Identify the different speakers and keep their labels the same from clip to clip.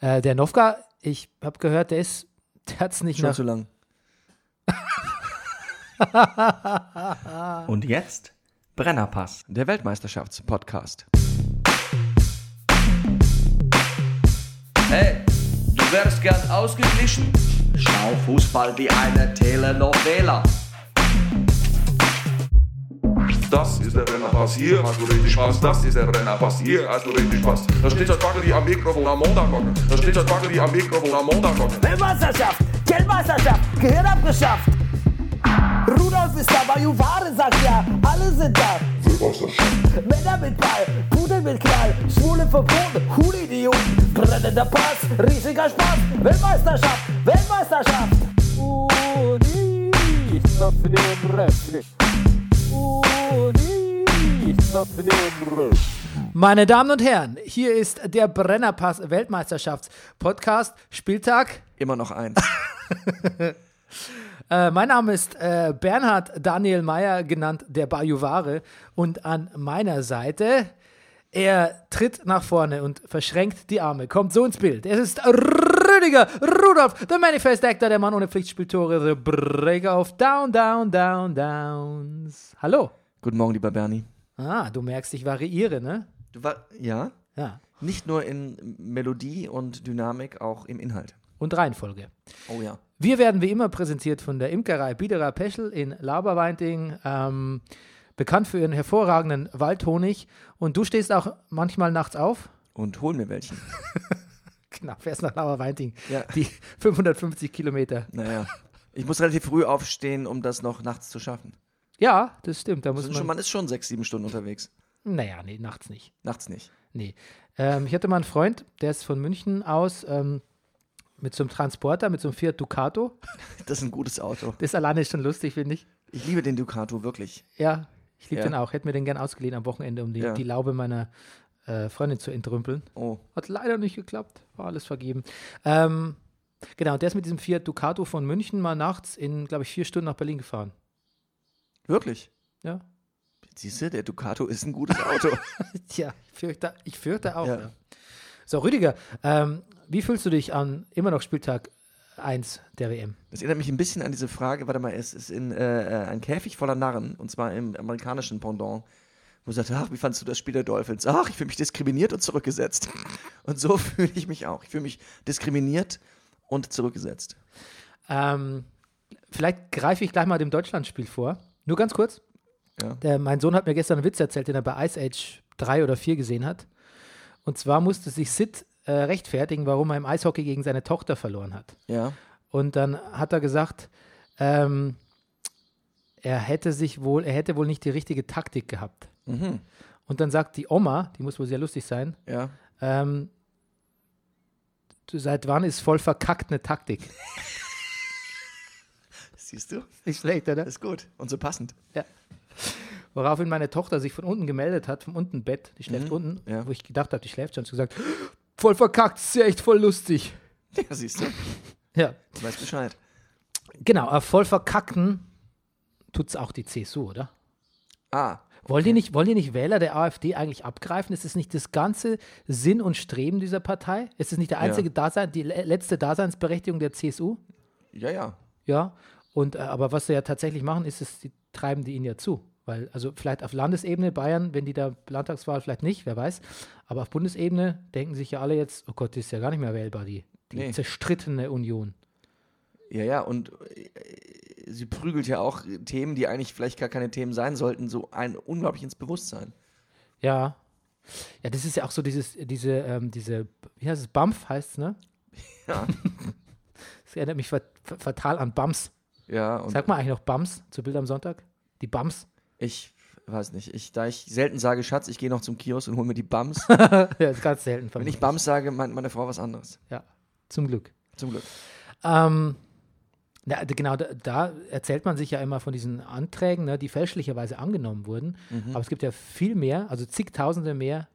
Speaker 1: Äh, der Novka, ich habe gehört, der ist, der hat es nicht
Speaker 2: Schon
Speaker 1: nach.
Speaker 2: zu lang.
Speaker 3: Und jetzt Brennerpass.
Speaker 2: Der Weltmeisterschaftspodcast.
Speaker 4: Hey, du wärst gern ausgeglichen? Schau Fußball wie eine Telenovela.
Speaker 5: Das ist der Brennerpass, hier hast du richtig Spaß. Das ist der Brennerpass, hier hast du richtig Spaß. Da steht das Baggeli am Mikrofon am Montagmorgen. Da steht das Baggeli am Mikrofon am Montagmorgen.
Speaker 6: Weltmeisterschaft, Geldmeisterschaft, Gehirn abgeschafft. Rudolf ist da, Bayou Ware sagt ja, alle sind da. Männer mit Ball, Pudel mit Knall, Schwule verboten, Hulidioten, brennender Pass, riesiger Spaß, Weltmeisterschaft, Weltmeisterschaft. Uni, auf dem Refri. Uni, auf dem Refri.
Speaker 1: Meine Damen und Herren, hier ist der Brennerpass Weltmeisterschafts-Podcast, Spieltag.
Speaker 2: Immer noch eins.
Speaker 1: Äh, mein Name ist äh, Bernhard Daniel Meyer, genannt der Bajuware. Und an meiner Seite, er tritt nach vorne und verschränkt die Arme, kommt so ins Bild. Es ist Rüdiger Rudolf, der Manifest Actor, der Mann ohne Pflichtspieltore, The Breaker of Down, Down, Down, Downs. Hallo.
Speaker 2: Guten Morgen, lieber Bernie.
Speaker 1: Ah, du merkst, ich variiere, ne?
Speaker 2: Du war, ja?
Speaker 1: Ja.
Speaker 2: Nicht nur in Melodie und Dynamik, auch im Inhalt.
Speaker 1: Und Reihenfolge.
Speaker 2: Oh ja.
Speaker 1: Wir werden wie immer präsentiert von der Imkerei Biederer Peschel in Laberweinting, ähm, bekannt für ihren hervorragenden Waldhonig. Und du stehst auch manchmal nachts auf,
Speaker 2: Und hol mir welchen.
Speaker 1: knapp fährst nach Laberweinting,
Speaker 2: Ja.
Speaker 1: die 550 Kilometer.
Speaker 2: Naja. Ich muss relativ früh aufstehen, um das noch nachts zu schaffen.
Speaker 1: Ja, das stimmt. Da muss
Speaker 2: Sind
Speaker 1: man,
Speaker 2: schon, Also man ist schon sechs, sieben Stunden unterwegs.
Speaker 1: naja, nee, nachts nicht.
Speaker 2: Nachts nicht.
Speaker 1: Nee. Ähm, ich hatte mal einen Freund, der ist von München aus ähm, mit so einem Transporter, mit so einem Fiat Ducato.
Speaker 2: Das ist ein gutes Auto.
Speaker 1: Das alleine ist schon lustig, finde ich.
Speaker 2: Ich liebe den Ducato, wirklich.
Speaker 1: Ja, ich liebe
Speaker 2: Ja.
Speaker 1: den auch. Hätte mir den gern ausgeliehen am Wochenende, um die,
Speaker 2: Ja.
Speaker 1: die Laube meiner äh, Freundin zu entrümpeln.
Speaker 2: Oh.
Speaker 1: Hat leider nicht geklappt, war alles vergeben. Ähm, genau, der ist mit diesem Fiat Ducato von München mal nachts in, glaube ich, vier Stunden nach Berlin gefahren.
Speaker 2: Wirklich?
Speaker 1: Ja.
Speaker 2: Siehst du, der Ducato ist ein gutes Auto.
Speaker 1: Tja, ich fürchte, ich fürchte auch.
Speaker 2: Ja.
Speaker 1: Ja. So, Rüdiger, ähm, wie fühlst du dich an immer noch Spieltag 1 der WM?
Speaker 2: Das erinnert mich ein bisschen an diese Frage, warte mal, es ist in äh, äh, ein Käfig voller Narren, und zwar im amerikanischen Pendant, wo sagt, ach, wie fandst du das Spiel der Dolphins? Ach, ich fühle mich diskriminiert und zurückgesetzt. Und so fühle ich mich auch. Ich fühle mich diskriminiert und zurückgesetzt.
Speaker 1: Ähm, vielleicht greife ich gleich mal dem Deutschlandspiel vor. Nur ganz kurz.
Speaker 2: Ja.
Speaker 1: Der, mein Sohn hat mir gestern einen Witz erzählt, den er bei Ice Age 3 oder 4 gesehen hat. Und zwar musste sich Sid äh, rechtfertigen, warum er im Eishockey gegen seine Tochter verloren hat.
Speaker 2: Ja.
Speaker 1: Und dann hat er gesagt, ähm, er hätte sich wohl, er hätte wohl nicht die richtige Taktik gehabt.
Speaker 2: Mhm.
Speaker 1: Und dann sagt die Oma, die muss wohl sehr lustig sein,
Speaker 2: Ja.
Speaker 1: ähm, du, seit wann ist voll verkackt eine Taktik?
Speaker 2: Siehst du?
Speaker 1: Nicht schlecht, oder?
Speaker 2: Das ist gut. Und so passend.
Speaker 1: Woraufhin meine Tochter sich von unten gemeldet hat, vom unten Bett, die schläft
Speaker 2: Mhm,
Speaker 1: unten,
Speaker 2: ja.
Speaker 1: wo ich gedacht habe, die schläft schon, hat sie gesagt, voll verkackt, ist ja echt voll lustig.
Speaker 2: Ja, siehst du.
Speaker 1: Ja,
Speaker 2: Du weißt Bescheid.
Speaker 1: genau, aber voll verkackten tut's auch die CSU, oder?
Speaker 2: Ah,
Speaker 1: Wollen die, nicht, wollen die nicht Wähler der AfD eigentlich abgreifen? Ist es nicht das ganze Sinn und Streben dieser Partei? Ist es nicht der einzige Dasein, die le- letzte Daseinsberechtigung der CSU?
Speaker 2: ja, ja.
Speaker 1: Ja. Und äh, aber was sie ja tatsächlich machen, ist es, die treiben die ihnen ja zu. Weil, also vielleicht auf Landesebene Bayern, wenn die da Landtagswahl vielleicht nicht, wer weiß. Aber auf Bundesebene denken sich ja alle jetzt, oh Gott, die ist ja gar nicht mehr wählbar, die, die
Speaker 2: Nee.
Speaker 1: zerstrittene Union.
Speaker 2: Ja, ja, und äh, sie prügelt ja auch Themen, die eigentlich vielleicht gar keine Themen sein sollten, so ein unglaublich ins Bewusstsein.
Speaker 1: Ja. Ja, das ist ja auch so dieses, diese, ähm, diese, wie heißt es, BAMF heißt es, ne?
Speaker 2: Ja.
Speaker 1: Das erinnert mich fat- fatal an BAMS.
Speaker 2: Ja, und
Speaker 1: Sag mal eigentlich noch Bums zu Bild am Sonntag? Die Bums?
Speaker 2: Ich weiß nicht. Ich, da ich selten sage, Schatz, ich gehe noch zum Kiosk und hole mir die Bums.
Speaker 1: ja, ist ganz selten.
Speaker 2: Wenn ich
Speaker 1: vermutlich.
Speaker 2: Bums sage, meint meine Frau was anderes.
Speaker 1: Ja, zum Glück.
Speaker 2: Zum Glück.
Speaker 1: Ähm, na, d- genau, da, da erzählt man sich ja immer von diesen Anträgen, ne, die fälschlicherweise angenommen wurden. Aber es gibt ja viel mehr, also zigtausende mehr,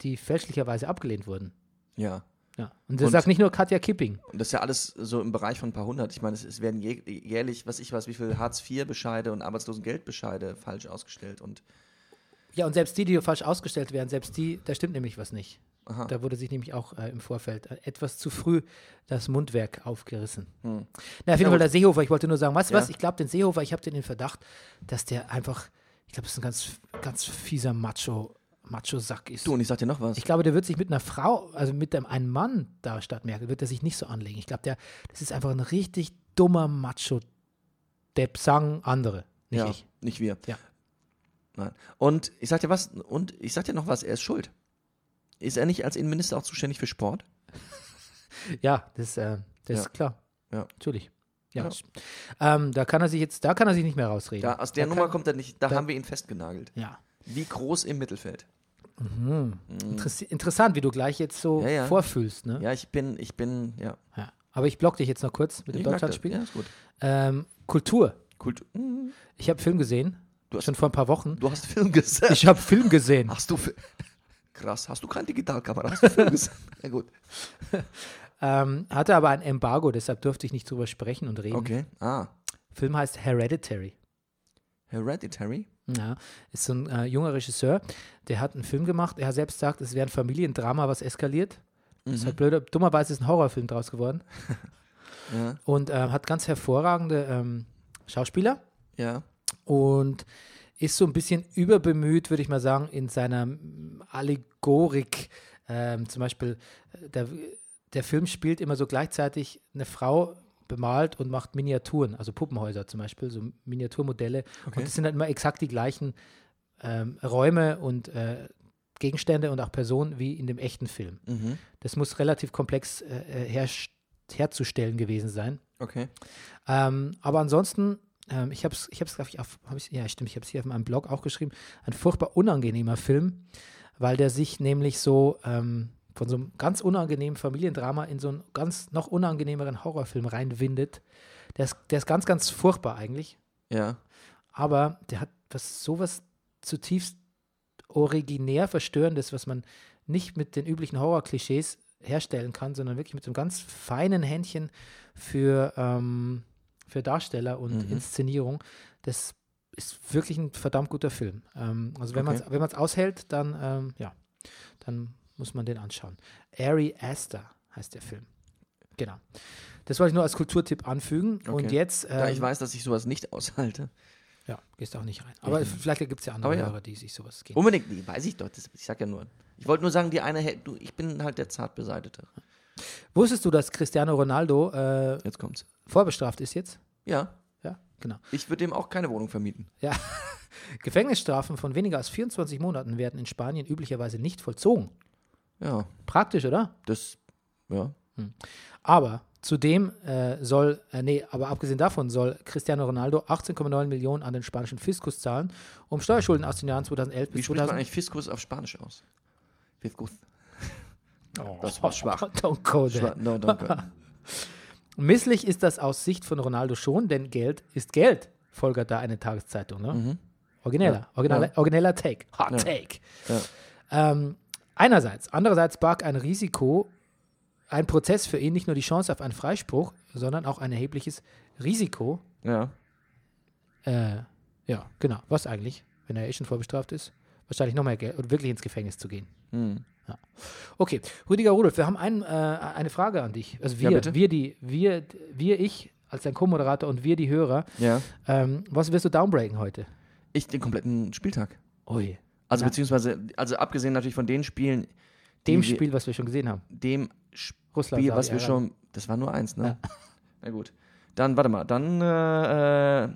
Speaker 1: die fälschlicherweise abgelehnt wurden.
Speaker 2: Ja.
Speaker 1: Ja. Und das
Speaker 2: Und-
Speaker 1: sagt nicht nur Katja Kipping.
Speaker 2: Und das ist ja alles so im Bereich von ein paar hundert. Ich meine, es, es werden jä jährlich, was ich weiß, wie viel Hartz-IV-Bescheide und Arbeitslosengeldbescheide falsch ausgestellt. Und
Speaker 1: Ja, und selbst die, die falsch ausgestellt werden, selbst die, da stimmt nämlich was nicht. Da wurde sich nämlich auch äh, im Vorfeld äh, etwas zu früh das Mundwerk aufgerissen.
Speaker 2: hm.
Speaker 1: Na, auf jeden Fall der Seehofer, ich wollte nur sagen, weißt du
Speaker 2: Ja.
Speaker 1: was? Ich glaube, den Seehofer, ich habe den in Verdacht, dass der einfach, ich glaube, das ist ein ganz, ganz fieser Macho, Macho-Sack ist.
Speaker 2: Du, und ich sag dir noch was.
Speaker 1: Ich glaube, der wird sich mit einer Frau, also mit einem, einem Mann da statt Merkel, wird er sich nicht so anlegen. Ich glaube, der, das ist einfach ein richtig dummer Macho. Depp sagen andere, nicht
Speaker 2: ja,
Speaker 1: ich.
Speaker 2: Nicht wir.
Speaker 1: Ja.
Speaker 2: Nein. Und ich sag dir was, und ich sag dir noch was, er ist schuld. Ist er nicht als Innenminister auch zuständig für Sport?
Speaker 1: Ja, das, äh, das
Speaker 2: Ja.
Speaker 1: ist klar.
Speaker 2: Ja.
Speaker 1: Natürlich. Ja.
Speaker 2: Ja.
Speaker 1: Ähm, da kann er sich jetzt, da kann er sich nicht mehr rausreden.
Speaker 2: Da, aus der
Speaker 1: Da
Speaker 2: Nummer
Speaker 1: kann,
Speaker 2: kommt er nicht, da,
Speaker 1: da-
Speaker 2: haben wir ihn festgenagelt.
Speaker 1: Ja.
Speaker 2: Wie groß im Mittelfeld.
Speaker 1: Interessi interessant, wie du gleich jetzt so
Speaker 2: Mhm. Ja, ja.
Speaker 1: vorfühlst, ne?
Speaker 2: Ja, ich bin, ich bin, ja.
Speaker 1: Ja. Aber ich block dich jetzt noch kurz mit dem
Speaker 2: Ich merk das.
Speaker 1: Deutschlandspiel.
Speaker 2: Ja, ist gut.
Speaker 1: Ähm, Kultur.
Speaker 2: Kultur. Hm.
Speaker 1: Ich habe Film gesehen.
Speaker 2: Du hast-
Speaker 1: schon vor ein paar Wochen.
Speaker 2: Du hast Film gesehen.
Speaker 1: Ich habe Film gesehen.
Speaker 2: Hast du. Fi- Krass, hast du keine Digitalkamera? Hast du Film gesehen? Na gut.
Speaker 1: Ähm, hatte aber ein Embargo, deshalb durfte ich nicht drüber sprechen und reden.
Speaker 2: Okay. Ah.
Speaker 1: Film heißt Hereditary.
Speaker 2: Hereditary?
Speaker 1: Ja, ist so ein äh, junger Regisseur, der hat einen Film gemacht. Er selbst sagt, es wäre ein Familiendrama, was eskaliert. Ist halt blöder, dummerweise ist ein Horrorfilm draus geworden.
Speaker 2: Ja.
Speaker 1: Und äh, hat ganz hervorragende ähm, Schauspieler
Speaker 2: Ja.
Speaker 1: und ist so ein bisschen überbemüht, würde ich mal sagen, in seiner mm, Allegorik. Ähm, zum Beispiel, äh, der, der Film spielt immer so gleichzeitig eine Frau bemalt und macht Miniaturen, also Puppenhäuser zum Beispiel, so Miniaturmodelle. Und das sind halt immer exakt die gleichen ähm, Räume und äh, Gegenstände und auch Personen wie in dem echten Film.
Speaker 2: Mhm.
Speaker 1: Das muss relativ komplex äh, äh, herst- herzustellen gewesen sein.
Speaker 2: Okay.
Speaker 1: Ähm, aber ansonsten, ähm, ich habe es, ich hab's, glaub ich, auf, hab ich, ja, stimmt, ich habe es hier auf meinem Blog auch geschrieben, ein furchtbar unangenehmer Film, weil der sich nämlich so ähm, von so einem ganz unangenehmen Familiendrama in so einen ganz noch unangenehmeren Horrorfilm reinwindet. Der ist, der ist ganz, ganz furchtbar eigentlich,
Speaker 2: Ja.
Speaker 1: aber der hat was, sowas zutiefst originär Verstörendes, was man nicht mit den üblichen Horrorklischees herstellen kann, sondern wirklich mit so einem ganz feinen Händchen für, ähm, für Darsteller und
Speaker 2: Mhm.
Speaker 1: Inszenierung. Das ist wirklich ein verdammt guter Film. Ähm, also wenn
Speaker 2: Okay.
Speaker 1: man's- wenn man es aushält, dann, ähm, ja, dann muss man den anschauen. Ari Aster heißt der Film. Genau. Das wollte ich nur als Kulturtipp anfügen. Und
Speaker 2: Okay.
Speaker 1: jetzt.
Speaker 2: Da ich
Speaker 1: ähm,
Speaker 2: weiß, dass ich sowas nicht aushalte.
Speaker 1: ja, gehst auch nicht rein. Aber vielleicht gibt es ja andere
Speaker 2: Mhm. Aber ja.
Speaker 1: Hörer, die sich sowas geben.
Speaker 2: Unbedingt, nee, weiß ich doch. Das, ich sag ja nur. Ich wollte nur sagen, die eine, hält- du, ich bin halt der Zartbeseitete.
Speaker 1: Wusstest du, dass Cristiano Ronaldo äh,
Speaker 2: Jetzt kommt's.
Speaker 1: vorbestraft ist jetzt?
Speaker 2: Ja,
Speaker 1: Ja, genau.
Speaker 2: ich würde dem auch keine Wohnung vermieten.
Speaker 1: Ja. Gefängnisstrafen von weniger als 24 Monaten werden in Spanien üblicherweise nicht vollzogen.
Speaker 2: Ja,
Speaker 1: Praktisch, oder?
Speaker 2: das, ja.
Speaker 1: Aber zudem äh, soll, äh, nee, aber abgesehen davon soll Cristiano Ronaldo 18,9 Millionen an den spanischen Fiskus zahlen, um Steuerschulden aus den Jahren 2011
Speaker 2: Wie
Speaker 1: bis
Speaker 2: spricht man
Speaker 1: 2000.
Speaker 2: eigentlich Fiskus auf Spanisch aus? Fiskus.
Speaker 1: Oh,
Speaker 2: Das war schwach.
Speaker 1: Don't go there.
Speaker 2: Schwa- No, danke.
Speaker 1: Misslich ist das aus Sicht von Ronaldo schon, denn Geld ist Geld, folgert da eine Tageszeitung. Ne?
Speaker 2: Mhm.
Speaker 1: Origineller, originaler, origineller Take. Hot Take. Ähm, einerseits. Andererseits barg ein Risiko, ein Prozess für ihn nicht nur die Chance auf einen Freispruch, sondern auch ein erhebliches Risiko.
Speaker 2: ja.
Speaker 1: Äh, ja, genau. Was eigentlich, wenn er eh schon vorbestraft ist? Wahrscheinlich noch mehr Geld und wirklich ins Gefängnis zu gehen.
Speaker 2: hm,
Speaker 1: Ja. Okay, Rüdiger Rudolf, wir haben ein, äh, eine Frage an dich. Also wir,
Speaker 2: Ja, bitte.
Speaker 1: wir, die, wir, wir, ich als dein Co-Moderator und wir, die Hörer.
Speaker 2: Ja.
Speaker 1: Ähm, was wirst du downbreaken heute?
Speaker 2: Ich den kompletten Spieltag.
Speaker 1: Ui.
Speaker 2: Also
Speaker 1: Ja.
Speaker 2: beziehungsweise, also abgesehen natürlich von den Spielen, die
Speaker 1: Dem
Speaker 2: wir-
Speaker 1: Spiel, was wir schon gesehen haben.
Speaker 2: dem Spiel,
Speaker 1: Russland,
Speaker 2: was wir
Speaker 1: Saudi-Arabien.
Speaker 2: schon, das war nur eins, ne? Na gut. Dann, warte mal, dann, äh, äh,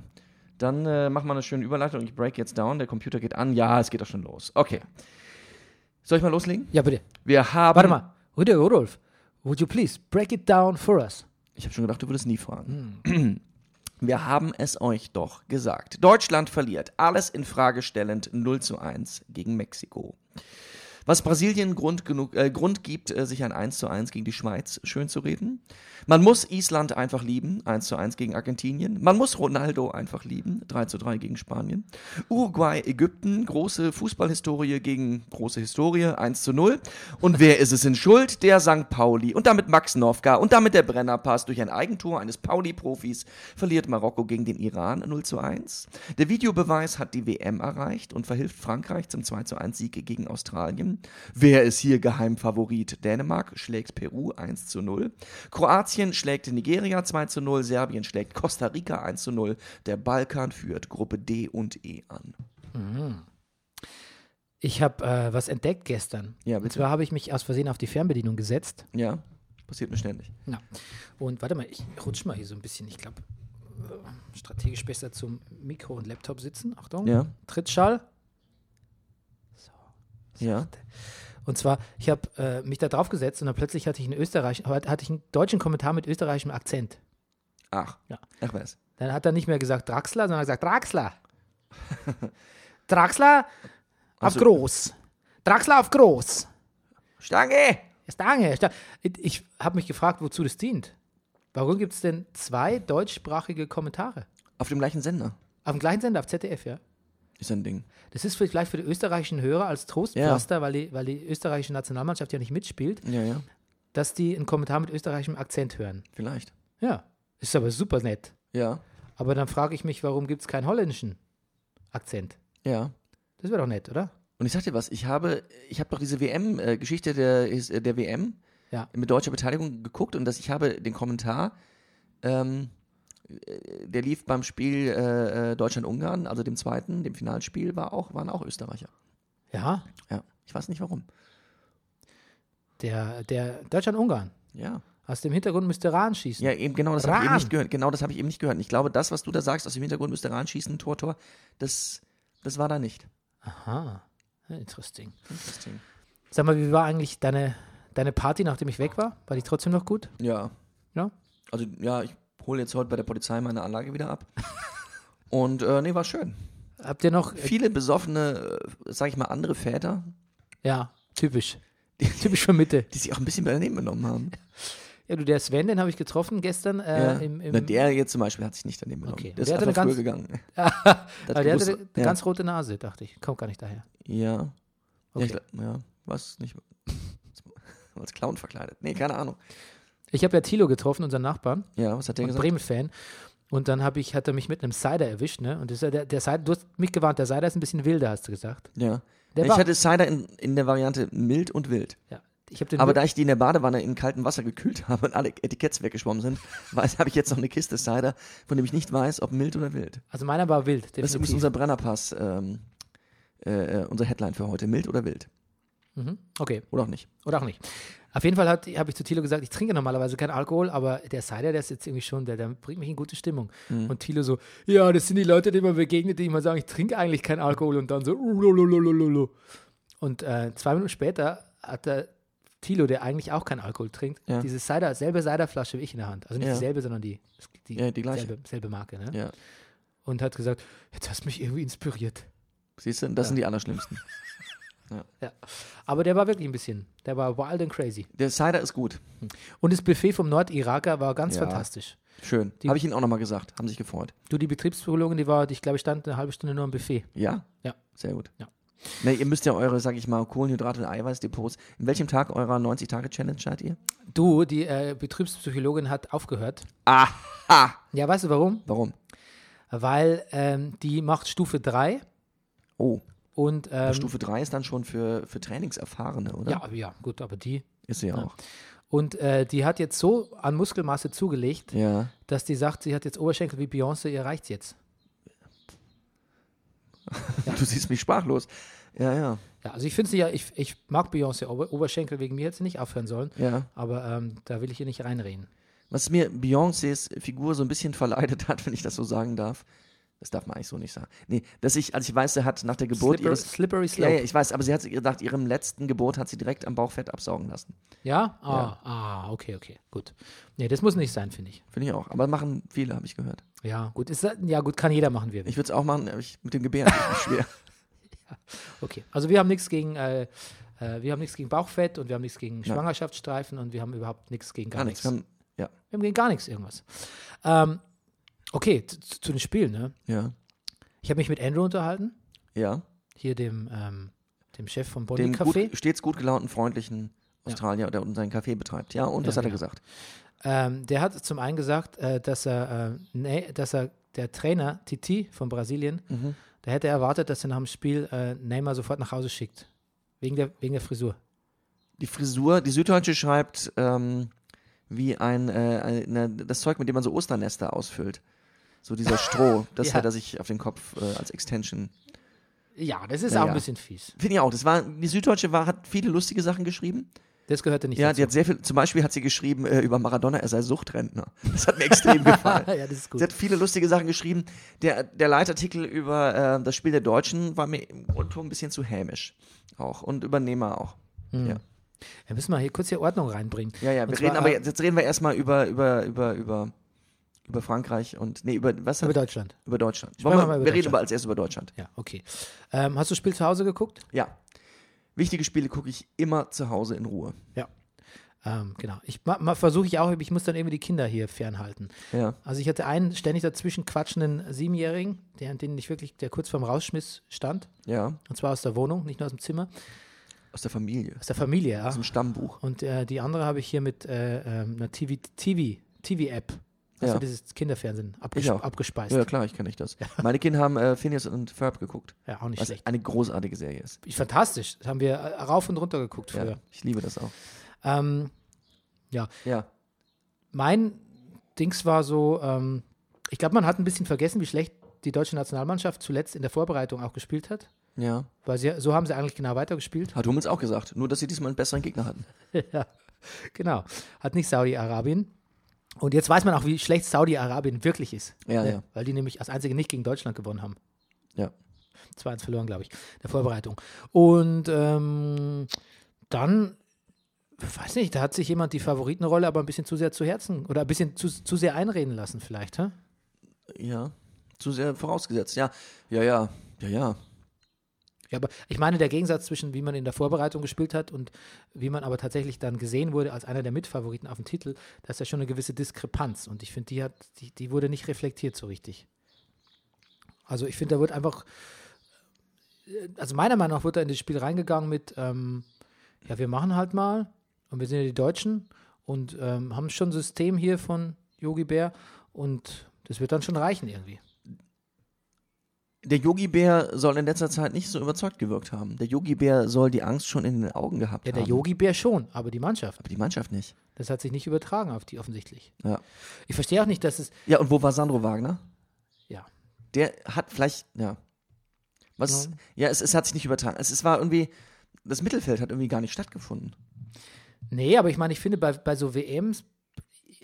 Speaker 2: dann äh, machen wir eine schöne Überleitung. Ich break jetzt down, der Computer geht an. Ja, es geht auch schon los. Okay. Soll ich mal loslegen?
Speaker 1: Ja, bitte.
Speaker 2: Wir haben.
Speaker 1: Warte mal. Rüdiger Rudolf, would you please break it down for us?
Speaker 2: Ich habe schon gedacht, du würdest nie fragen.
Speaker 1: Hm.
Speaker 2: Wir haben es euch doch gesagt. Deutschland verliert, alles in Frage stellend 0 zu 1 gegen Mexiko. Was Brasilien Grund, genug, äh, Grund gibt, äh, sich ein 1 zu 1 gegen die Schweiz schön zu reden. Man muss Island einfach lieben, 1 zu 1 gegen Argentinien. Man muss Ronaldo einfach lieben, 3 zu 3 gegen Spanien. Uruguay, Ägypten, große Fußballhistorie gegen große Historie, 1 zu 0. Und wer ist es in Schuld? Der St. Pauli. Und damit Max Nowka und damit der Brennerpass durch ein Eigentor eines Pauli-Profis verliert Marokko gegen den Iran 0 zu 1. Der Videobeweis hat die WM erreicht und verhilft Frankreich zum 2 zu 1 Sieg gegen Australien. Gruppen. Wer ist hier Geheimfavorit? Dänemark schlägt Peru 1 zu 0. Kroatien schlägt Nigeria 2 zu 0. Serbien schlägt Costa Rica 1 zu 0. Der Balkan führt Gruppe D und E an.
Speaker 1: Ich habe äh, was entdeckt gestern.
Speaker 2: Ja,
Speaker 1: und
Speaker 2: bitte.
Speaker 1: zwar habe ich mich aus Versehen auf die Fernbedienung gesetzt.
Speaker 2: Ja, passiert mir ständig.
Speaker 1: Ja. Und warte mal, ich rutsche mal hier so ein bisschen. Ich glaube, strategisch besser zum Mikro und Laptop sitzen. Achtung.
Speaker 2: Ja.
Speaker 1: Trittschall.
Speaker 2: Ja.
Speaker 1: Und zwar, ich habe äh, mich da drauf gesetzt und dann plötzlich hatte ich einen Österreich, hat- hatte ich einen deutschen Kommentar mit österreichischem Akzent.
Speaker 2: Ach.
Speaker 1: Ja.
Speaker 2: Ach was.
Speaker 1: Dann hat er nicht mehr gesagt Draxler, sondern gesagt Draxler. Draxler auf
Speaker 2: Also-
Speaker 1: groß. Draxler auf groß.
Speaker 2: Stange!
Speaker 1: Ist lange. ist lange. Ich habe mich gefragt, wozu das dient. Warum gibt es denn zwei deutschsprachige Kommentare?
Speaker 2: Auf dem gleichen Sender.
Speaker 1: Auf dem gleichen Sender, auf ZDF, ja.
Speaker 2: Ist ein Ding.
Speaker 1: Das ist vielleicht für die österreichischen Hörer als Trostpflaster, weil, die, weil die österreichische Nationalmannschaft ja nicht mitspielt,
Speaker 2: Ja, ja.
Speaker 1: dass die einen Kommentar mit österreichischem Akzent hören.
Speaker 2: Vielleicht.
Speaker 1: Ja, ist aber super nett.
Speaker 2: Ja.
Speaker 1: Aber dann frage ich mich, warum gibt es keinen holländischen Akzent?
Speaker 2: Ja.
Speaker 1: Das wäre doch nett, oder?
Speaker 2: Und ich sag dir was, ich habe, ich habe doch diese WM-Geschichte der, ist- äh, der WM
Speaker 1: Ja.
Speaker 2: mit deutscher Beteiligung geguckt und das, ich habe den Kommentar, ähm, äh, der lief beim Spiel äh, äh, Deutschland-Ungarn, also dem zweiten, dem Finalspiel, war auch, waren auch Österreicher.
Speaker 1: Ja,
Speaker 2: Ja. Ich weiß nicht warum.
Speaker 1: der, der Deutschland-Ungarn.
Speaker 2: Ja.
Speaker 1: Aus dem Hintergrund müsste Rahn schießen.
Speaker 2: Ja, eben genau das habe ich eben
Speaker 1: Rahn.
Speaker 2: nicht gehört. Genau das habe ich eben nicht gehört. Und Ich glaube, das, was du da sagst, aus dem Hintergrund müsste ran schießen, Tor, Tor, das, das war da nicht.
Speaker 1: Aha, interesting.
Speaker 2: Interesting.
Speaker 1: Sag mal, wie war eigentlich deine, deine Party, nachdem ich weg war? War die trotzdem noch gut?
Speaker 2: Ja.
Speaker 1: Ja?
Speaker 2: Also ja, ich hole jetzt heute bei der Polizei meine Anlage wieder ab. Und äh, nee, war schön.
Speaker 1: Habt ihr noch?
Speaker 2: Viele besoffene, äh, sag ich mal, andere Väter,
Speaker 1: Ja, typisch. typisch für Mitte.
Speaker 2: die sich auch ein bisschen daneben benommen haben.
Speaker 1: Ja, du, der Sven, den habe ich getroffen gestern äh,
Speaker 2: ja.
Speaker 1: im, im
Speaker 2: Na, der jetzt zum Beispiel hat sich nicht daneben benommen.
Speaker 1: Okay.
Speaker 2: Der ist
Speaker 1: Der hatte
Speaker 2: einfach früher
Speaker 1: eine
Speaker 2: gegangen.
Speaker 1: Aber Ah, der hatte
Speaker 2: gewusst-
Speaker 1: eine
Speaker 2: ja.
Speaker 1: ganz rote Nase, dachte ich. Kommt gar nicht daher.
Speaker 2: Ja. Ja,
Speaker 1: Okay.
Speaker 2: ich, glaub- ja, was nicht. Als Clown verkleidet. Nee, keine Ahnung.
Speaker 1: Ich habe ja Thilo getroffen, unseren Nachbarn,
Speaker 2: Ja, was hat der
Speaker 1: und
Speaker 2: gesagt?
Speaker 1: Bremen-Fan. Und dann hab ich, hat er mich mit einem Cider erwischt, ne? Und das ist ja der, der Cider, du hast mich gewarnt, der Cider ist ein bisschen wilder, hast du gesagt.
Speaker 2: Ja.
Speaker 1: Der
Speaker 2: ich
Speaker 1: war-
Speaker 2: hatte Cider in, in der Variante mild und wild.
Speaker 1: Ja. Ich habe den
Speaker 2: Aber
Speaker 1: wir-
Speaker 2: da ich die in der Badewanne in kaltem Wasser gekühlt habe und alle Etiketts weggeschwommen sind, weiß, habe ich jetzt noch eine Kiste Cider, von dem ich nicht weiß, ob mild oder wild.
Speaker 1: also meiner war wild,
Speaker 2: Das ist
Speaker 1: definitiv.
Speaker 2: übrigens unser Brennerpass, ähm, äh, äh, unser Headline für heute. Mild oder wild?
Speaker 1: Mhm. okay,
Speaker 2: Oder auch nicht?
Speaker 1: oder auch nicht. Auf jeden Fall habe ich zu Thilo gesagt, ich trinke normalerweise keinen Alkohol, aber der Cider, der ist jetzt irgendwie schon, der, der bringt mich in gute Stimmung.
Speaker 2: Mhm.
Speaker 1: Und Thilo so, ja, das sind die Leute, denen man begegnet, die immer sagen, ich trinke eigentlich keinen Alkohol und dann so, uh, ulululululu. Und äh, zwei Minuten später hat der Thilo, der eigentlich auch keinen Alkohol trinkt,
Speaker 2: Ja.
Speaker 1: diese Cider, selbe Ciderflasche wie ich in der Hand. Also nicht
Speaker 2: Ja.
Speaker 1: dieselbe, sondern die, die,
Speaker 2: Ja, die gleiche.
Speaker 1: Selbe, selbe Marke. Ne?
Speaker 2: Ja.
Speaker 1: Und hat gesagt, jetzt hast du mich irgendwie inspiriert.
Speaker 2: Siehst du, das sind die allerschlimmsten.
Speaker 1: Ja. Aber der war wirklich ein bisschen, der war wild and crazy.
Speaker 2: Der Cider ist gut.
Speaker 1: Und das Buffet vom Nordiraker war ganz
Speaker 2: Ja.
Speaker 1: fantastisch.
Speaker 2: Schön. Habe ich Ihnen auch nochmal gesagt. Haben sich gefreut.
Speaker 1: Du, die Betriebspsychologin, die war, die, ich glaube, ich stand eine halbe Stunde nur am Buffet.
Speaker 2: Ja?
Speaker 1: Ja.
Speaker 2: Sehr gut.
Speaker 1: Ja.
Speaker 2: Na, ihr müsst ja eure, sag ich mal, Kohlenhydrate und Eiweißdepots. In welchem Tag eurer 90-Tage-Challenge seid ihr?
Speaker 1: Du, die äh, Betriebspsychologin hat aufgehört.
Speaker 2: Aha!
Speaker 1: Ja, weißt du warum?
Speaker 2: Warum?
Speaker 1: Weil ähm, die macht Stufe 3
Speaker 2: Oh.
Speaker 1: und ähm,
Speaker 2: Stufe ne? 3 ist dann schon für, für Trainingserfahrene, oder?
Speaker 1: ja, aber ja, gut, aber die.
Speaker 2: Ist sie ja auch.
Speaker 1: Und äh, die hat jetzt so an Muskelmasse zugelegt,
Speaker 2: Ja.
Speaker 1: dass die sagt, sie hat jetzt Oberschenkel wie Beyoncé, ihr reicht's jetzt.
Speaker 2: Du siehst mich sprachlos. Ja, ja.
Speaker 1: Ja, also ich finde sie ja, ich, ich mag Beyoncé, Ober Oberschenkel wegen mir hätte sie nicht aufhören sollen,
Speaker 2: Ja.
Speaker 1: aber ähm, da will ich ihr nicht reinreden.
Speaker 2: Was mir Beyoncés Figur so ein bisschen verleidet hat, wenn ich das so sagen darf. Das darf man eigentlich so nicht sagen. Nee, dass ich, also ich weiß, sie hat nach der Geburt
Speaker 1: Slipper,
Speaker 2: ihres.
Speaker 1: slippery
Speaker 2: Ja,
Speaker 1: Slope.
Speaker 2: ja, ich weiß, aber sie hat sich nach ihrem letzten Geburt hat sie direkt am Bauchfett absaugen lassen.
Speaker 1: Ja? Ah, ah, okay, okay, gut. Nee, das muss nicht sein, finde ich.
Speaker 2: Finde ich auch. Aber machen viele, habe ich gehört.
Speaker 1: Ja, gut, ist, ja, gut, kann jeder machen, wir.
Speaker 2: Ich würde es auch machen, aber ich, mit dem Gebären ist es schwer.
Speaker 1: Okay, also wir haben nichts gegen, äh, äh, wir haben nichts gegen Bauchfett und wir haben nichts gegen Schwangerschaftsstreifen und wir haben überhaupt nichts gegen gar,
Speaker 2: Gar nichts.
Speaker 1: nichts.
Speaker 2: Kann, ja,
Speaker 1: Wir haben gegen gar nichts irgendwas. Ähm, okay, zu, zu zu den Spielen, ne?
Speaker 2: ja,
Speaker 1: Ich habe mich mit Andrew unterhalten,
Speaker 2: ja.
Speaker 1: hier dem, ähm, dem Chef vom Bonnie
Speaker 2: Dem
Speaker 1: Café.
Speaker 2: gut, stets gut gelaunten, freundlichen Australier, der unten seinen Café betreibt. Ja, genau. und was hat er gesagt?
Speaker 1: Ähm, der hat zum einen gesagt, äh, dass er, äh, nee, dass er der Trainer Mhm. Titi von Brasilien, der hätte erwartet, dass er nach dem Spiel äh, Neymar sofort nach Hause schickt. Wegen der, wegen der Frisur.
Speaker 2: Die Frisur, die Süddeutsche schreibt ähm, wie ein, äh, ein na, das Zeug, mit dem man so Osternester ausfüllt. So dieser Stroh, das
Speaker 1: Ja.
Speaker 2: hat er sich auf den Kopf äh, als Extension.
Speaker 1: Ja, das ist
Speaker 2: Ja,
Speaker 1: auch
Speaker 2: ja.
Speaker 1: ein bisschen fies.
Speaker 2: Finde ich auch. Das war, die Süddeutsche war, hat viele lustige Sachen geschrieben.
Speaker 1: Das gehörte nicht
Speaker 2: Ja,
Speaker 1: dazu.
Speaker 2: die hat sehr viel, zum Beispiel hat sie geschrieben äh, über Maradona, er sei Suchtrentner. Das hat mir extrem gefallen.
Speaker 1: ja, das ist
Speaker 2: Sie
Speaker 1: gut.
Speaker 2: hat viele lustige Sachen geschrieben. Der, der Leitartikel über äh, das Spiel der Deutschen war mir im Grundton ein bisschen zu hämisch. Auch. Und Übernehmer auch. Ja.
Speaker 1: Wir müssen mal hier kurz hier Ordnung reinbringen.
Speaker 2: ja, ja.
Speaker 1: Und
Speaker 2: Wir
Speaker 1: zwar,
Speaker 2: reden, aber
Speaker 1: äh,
Speaker 2: jetzt, jetzt reden wir erstmal über, über, über, über, über Frankreich und. Nee, über was?
Speaker 1: Über Deutschland.
Speaker 2: über Deutschland.
Speaker 1: Sprechen wir
Speaker 2: Wollen
Speaker 1: mal
Speaker 2: wir,
Speaker 1: über
Speaker 2: wir reden
Speaker 1: Deutschland.
Speaker 2: über, als erst über Deutschland.
Speaker 1: Ja, okay. Ähm, hast du das Spiel zu Hause geguckt?
Speaker 2: Ja. Wichtige Spiele gucke ich immer zu Hause in Ruhe.
Speaker 1: Ja. Ähm, genau. Ich ma, ma, versuche ich auch, ich muss dann irgendwie die Kinder hier fernhalten.
Speaker 2: Ja.
Speaker 1: Also ich hatte einen ständig dazwischen quatschenden Siebenjährigen, der, den ich wirklich, der kurz vorm Rausschmiss stand.
Speaker 2: Ja.
Speaker 1: Und zwar aus der Wohnung, nicht nur aus dem Zimmer,
Speaker 2: Aus der Familie.
Speaker 1: aus der Familie, ja.
Speaker 2: Aus dem Stammbuch.
Speaker 1: Und äh, die andere habe ich hier mit äh, ähm, einer TV, TV, TV-App. Also
Speaker 2: Ja.
Speaker 1: dieses Kinderfernsehen
Speaker 2: Ich
Speaker 1: abges
Speaker 2: auch.
Speaker 1: abgespeist.
Speaker 2: Ja,
Speaker 1: Ja,
Speaker 2: klar, ich kenne nicht das. Meine Kinder haben äh, Phineas und Ferb geguckt.
Speaker 1: auch nicht
Speaker 2: Was
Speaker 1: schlecht.
Speaker 2: eine großartige Serie ist.
Speaker 1: Fantastisch. Das haben wir äh, rauf und runter geguckt
Speaker 2: Ja,
Speaker 1: früher.
Speaker 2: Ich liebe das auch.
Speaker 1: Ja. Ähm, ja.
Speaker 2: Ja.
Speaker 1: Mein Dings war so, ähm, ich glaube, man hat ein bisschen vergessen, wie schlecht die deutsche Nationalmannschaft zuletzt in der Vorbereitung auch gespielt hat.
Speaker 2: Ja.
Speaker 1: Weil sie, so haben sie eigentlich genau weitergespielt.
Speaker 2: Hat Hummels auch gesagt. Nur, dass sie diesmal einen besseren Gegner hatten.
Speaker 1: ja, genau. Hat nicht Saudi-Arabien. Und jetzt weiß man auch, wie schlecht Saudi-Arabien wirklich ist. Ne?
Speaker 2: Ja, Ah, ja.
Speaker 1: Weil die nämlich als einzige nicht gegen Deutschland gewonnen haben.
Speaker 2: Ja.
Speaker 1: 2-1 verloren, glaube ich, in der Vorbereitung. Und ähm, dann, weiß nicht, da hat sich jemand die Favoritenrolle aber ein bisschen zu sehr zu Herzen oder ein bisschen zu, zu sehr einreden lassen, vielleicht. Hä?
Speaker 2: Ja. Zu sehr vorausgesetzt. Ja. Ja, ja. Ja, ja.
Speaker 1: Ja, aber ich meine, der Gegensatz zwischen, wie man in der Vorbereitung gespielt hat und wie man aber tatsächlich dann gesehen wurde als einer der Mitfavoriten auf dem Titel, da ist ja schon eine gewisse Diskrepanz. Und ich finde, die, hat, die, die wurde nicht reflektiert so richtig. Also ich finde, da wird einfach, äh, also meiner Meinung nach, wird da in das Spiel reingegangen mit, ähm, ja, wir machen halt mal und wir sind ja die Deutschen und ähm, haben schon ein System hier von Yogi Bär und das wird dann schon reichen irgendwie.
Speaker 2: Der Yogi Bär soll in letzter Zeit nicht so überzeugt gewirkt haben. Der Yogi Bär soll die Angst schon in den Augen gehabt
Speaker 1: Ja,
Speaker 2: haben.
Speaker 1: der Yogi Bär schon, aber die Mannschaft,
Speaker 2: Aber die Mannschaft nicht.
Speaker 1: das hat sich nicht übertragen auf die offensichtlich.
Speaker 2: Ja.
Speaker 1: Ich verstehe auch nicht, dass es.
Speaker 2: Ja, und wo war Sandro Wagner?
Speaker 1: Ja.
Speaker 2: Der hat vielleicht, ja. Was?
Speaker 1: Genau.
Speaker 2: Ja, es, es hat sich nicht übertragen. Es, es war irgendwie, das Mittelfeld hat irgendwie gar nicht stattgefunden.
Speaker 1: Nee, aber ich meine, ich finde bei, bei so WMs,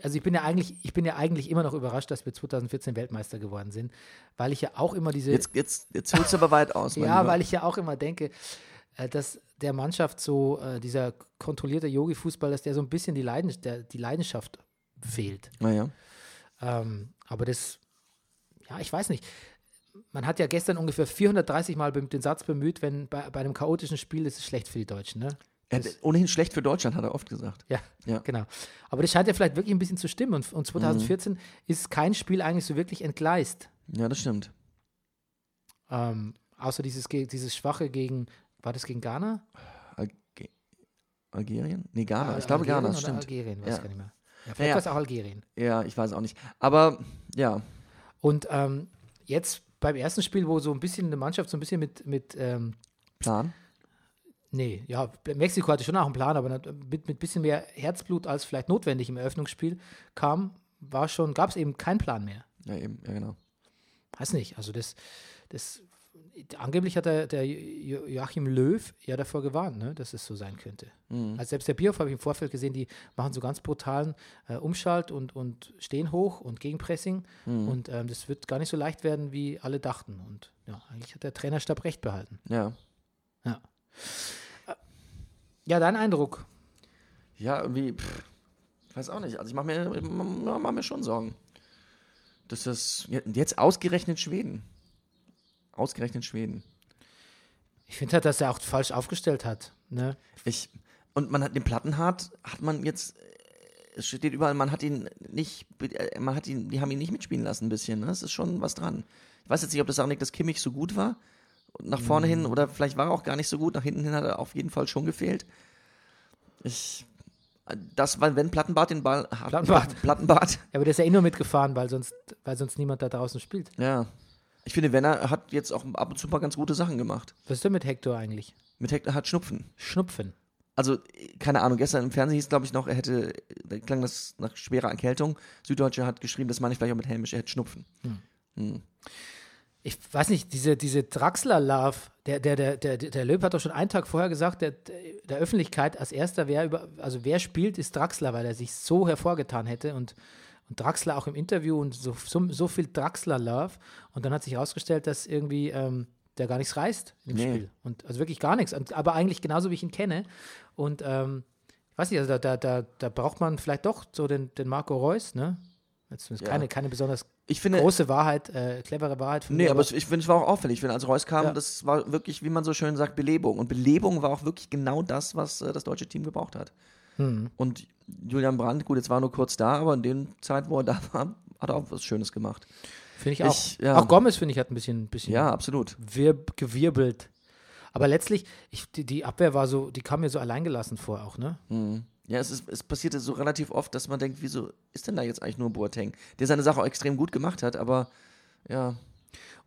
Speaker 1: also ich bin ja eigentlich, ich bin ja eigentlich immer noch überrascht, dass wir 2014 Weltmeister geworden sind, weil ich ja auch immer diese.
Speaker 2: Jetzt, jetzt, jetzt holst du aber weit aus. mein
Speaker 1: Äh. ja,
Speaker 2: Lieber.
Speaker 1: weil ich ja auch immer denke, äh, dass der Mannschaft so, äh, dieser kontrollierte Yogi-Fußball, dass der so ein bisschen die, Leidens der, die Leidenschaft fehlt.
Speaker 2: Naja.
Speaker 1: Ähm, aber das, ja, ich weiß nicht. Man hat ja gestern ungefähr 430 Mal den Satz bemüht, wenn bei, bei einem chaotischen Spiel, das ist schlecht für die Deutschen, ne?
Speaker 2: Er hat- Ohnehin schlecht für Deutschland, hat er oft gesagt.
Speaker 1: Ja,
Speaker 2: Ja.
Speaker 1: genau. Aber das scheint ja vielleicht wirklich ein bisschen zu stimmen. Und,
Speaker 2: Mhm.
Speaker 1: und 2014 ist kein Spiel eigentlich so wirklich entgleist.
Speaker 2: Ja, das stimmt.
Speaker 1: Ähm, außer dieses, ge- dieses Schwache gegen, war das gegen Ghana?
Speaker 2: Alge- Algerien? Nee, Ghana.
Speaker 1: Al-
Speaker 2: Ah, ich glaube
Speaker 1: Ah, Algerien
Speaker 2: Ghana,
Speaker 1: oder
Speaker 2: stimmt.
Speaker 1: Algerien, weiß
Speaker 2: Ja.
Speaker 1: ich gar nicht mehr. Ja, vielleicht
Speaker 2: Ja, ja.
Speaker 1: war es auch Algerien.
Speaker 2: Ja, ich weiß auch nicht. Aber ja,
Speaker 1: Und ähm, jetzt beim ersten Spiel, wo so ein bisschen eine Mannschaft so ein bisschen mit, mit ähm,
Speaker 2: Plan.
Speaker 1: Nee, ja, Mexiko hatte schon auch einen Plan, aber mit ein bisschen mehr Herzblut als vielleicht notwendig im Eröffnungsspiel kam, war schon, gab es eben keinen Plan mehr.
Speaker 2: Ja, eben, ja, genau.
Speaker 1: Weiß nicht, also das, das angeblich hat der, der Jo- Joachim Löw ja davor gewarnt, ne, dass es so sein könnte. Also selbst der Bierhof habe ich im Vorfeld gesehen, die machen so ganz brutalen äh, Umschalt und, und stehen hoch und Gegenpressing
Speaker 2: Hm. Mhm.
Speaker 1: und ähm, das wird gar nicht so leicht werden, wie alle dachten. Und ja, eigentlich hat der Trainerstab recht behalten.
Speaker 2: Ja.
Speaker 1: Ja, Äh, ja dein Eindruck
Speaker 2: Ja, irgendwie, pff, weiß auch nicht. Also ich mache mir, m- m- mach mir schon Sorgen. Dass das ja, jetzt ausgerechnet Schweden. Ausgerechnet Schweden.
Speaker 1: Ich finde halt, dass er auch falsch aufgestellt hat. Ne?
Speaker 2: Ich, und man hat den Plattenhardt, hat man jetzt, äh, es steht überall, man hat ihn nicht, äh, man hat ihn, die haben ihn nicht mitspielen lassen ein bisschen. Ne? Das ist schon was dran. Ich weiß jetzt nicht, ob das auch nicht, dass Kimmich so gut war. Und Nach vorne hin oder vielleicht war er auch gar nicht so gut. Nach hinten hin hat er auf jeden Fall schon gefehlt. Ich, äh, das, weil wenn Plattenbart den Ball hat,
Speaker 1: Plattenbart.
Speaker 2: Plattenbart,
Speaker 1: Ja, aber der ist ja eh nur mitgefahren, weil sonst, weil sonst niemand da draußen spielt.
Speaker 2: ja. Ich finde, Werner hat jetzt auch ab und zu mal ganz gute Sachen gemacht.
Speaker 1: Was ist denn mit Hector eigentlich?
Speaker 2: Mit Hector hat Schnupfen.
Speaker 1: Schnupfen.
Speaker 2: Also, äh, keine Ahnung, gestern im Fernsehen hieß, glaube ich, noch, er hätte, da klang das nach schwerer Erkältung. Süddeutsche hat geschrieben, das meine ich vielleicht auch mit Hämisch, er hätte Schnupfen.
Speaker 1: Ich weiß nicht, diese, diese Draxler-Love, der, der, der, der, der Löb hat doch schon einen Tag vorher gesagt, der, der Öffentlichkeit als erster, wer über, also wer spielt, ist Draxler, weil er sich so hervorgetan hätte und, und Draxler auch im Interview und so, so, so viel Draxler-Love. Und dann hat sich herausgestellt, dass irgendwie ähm, der gar nichts reißt im
Speaker 2: Nee.
Speaker 1: Spiel. Und also wirklich gar nichts. Und, aber eigentlich genauso wie ich ihn kenne. Und ähm, ich weiß nicht, also da, da, da, da braucht man vielleicht doch so den, den Marco Reus, ne? Jetzt ist keine, keine besonders
Speaker 2: Ich finde,
Speaker 1: große Wahrheit, äh, clevere Wahrheit von
Speaker 2: Nee,
Speaker 1: mir,
Speaker 2: aber es- ich finde, es war auch auffällig, wenn er als Reus kam,
Speaker 1: Ja.
Speaker 2: das war wirklich, wie man so schön sagt, Belebung. Und Belebung war auch wirklich genau das, was äh, das deutsche Team gebraucht hat.
Speaker 1: Hm.
Speaker 2: Und Julian Brandt, gut, jetzt war er nur kurz da, aber in der Zeit, wo er da war, hat er auch was Schönes gemacht.
Speaker 1: finde ich auch.
Speaker 2: ich- ja.
Speaker 1: Auch Gomez, finde ich, hat ein bisschen, bisschen
Speaker 2: Ja, absolut.
Speaker 1: wirb, gewirbelt. Aber letztlich, ich, die, die Abwehr war so, die kam mir so alleingelassen vor auch, ne?
Speaker 2: Mhm. Ja, es, ist, es passierte so relativ oft, dass man denkt, wieso ist denn da jetzt eigentlich nur Boateng, der seine Sache auch extrem gut gemacht hat, aber ja,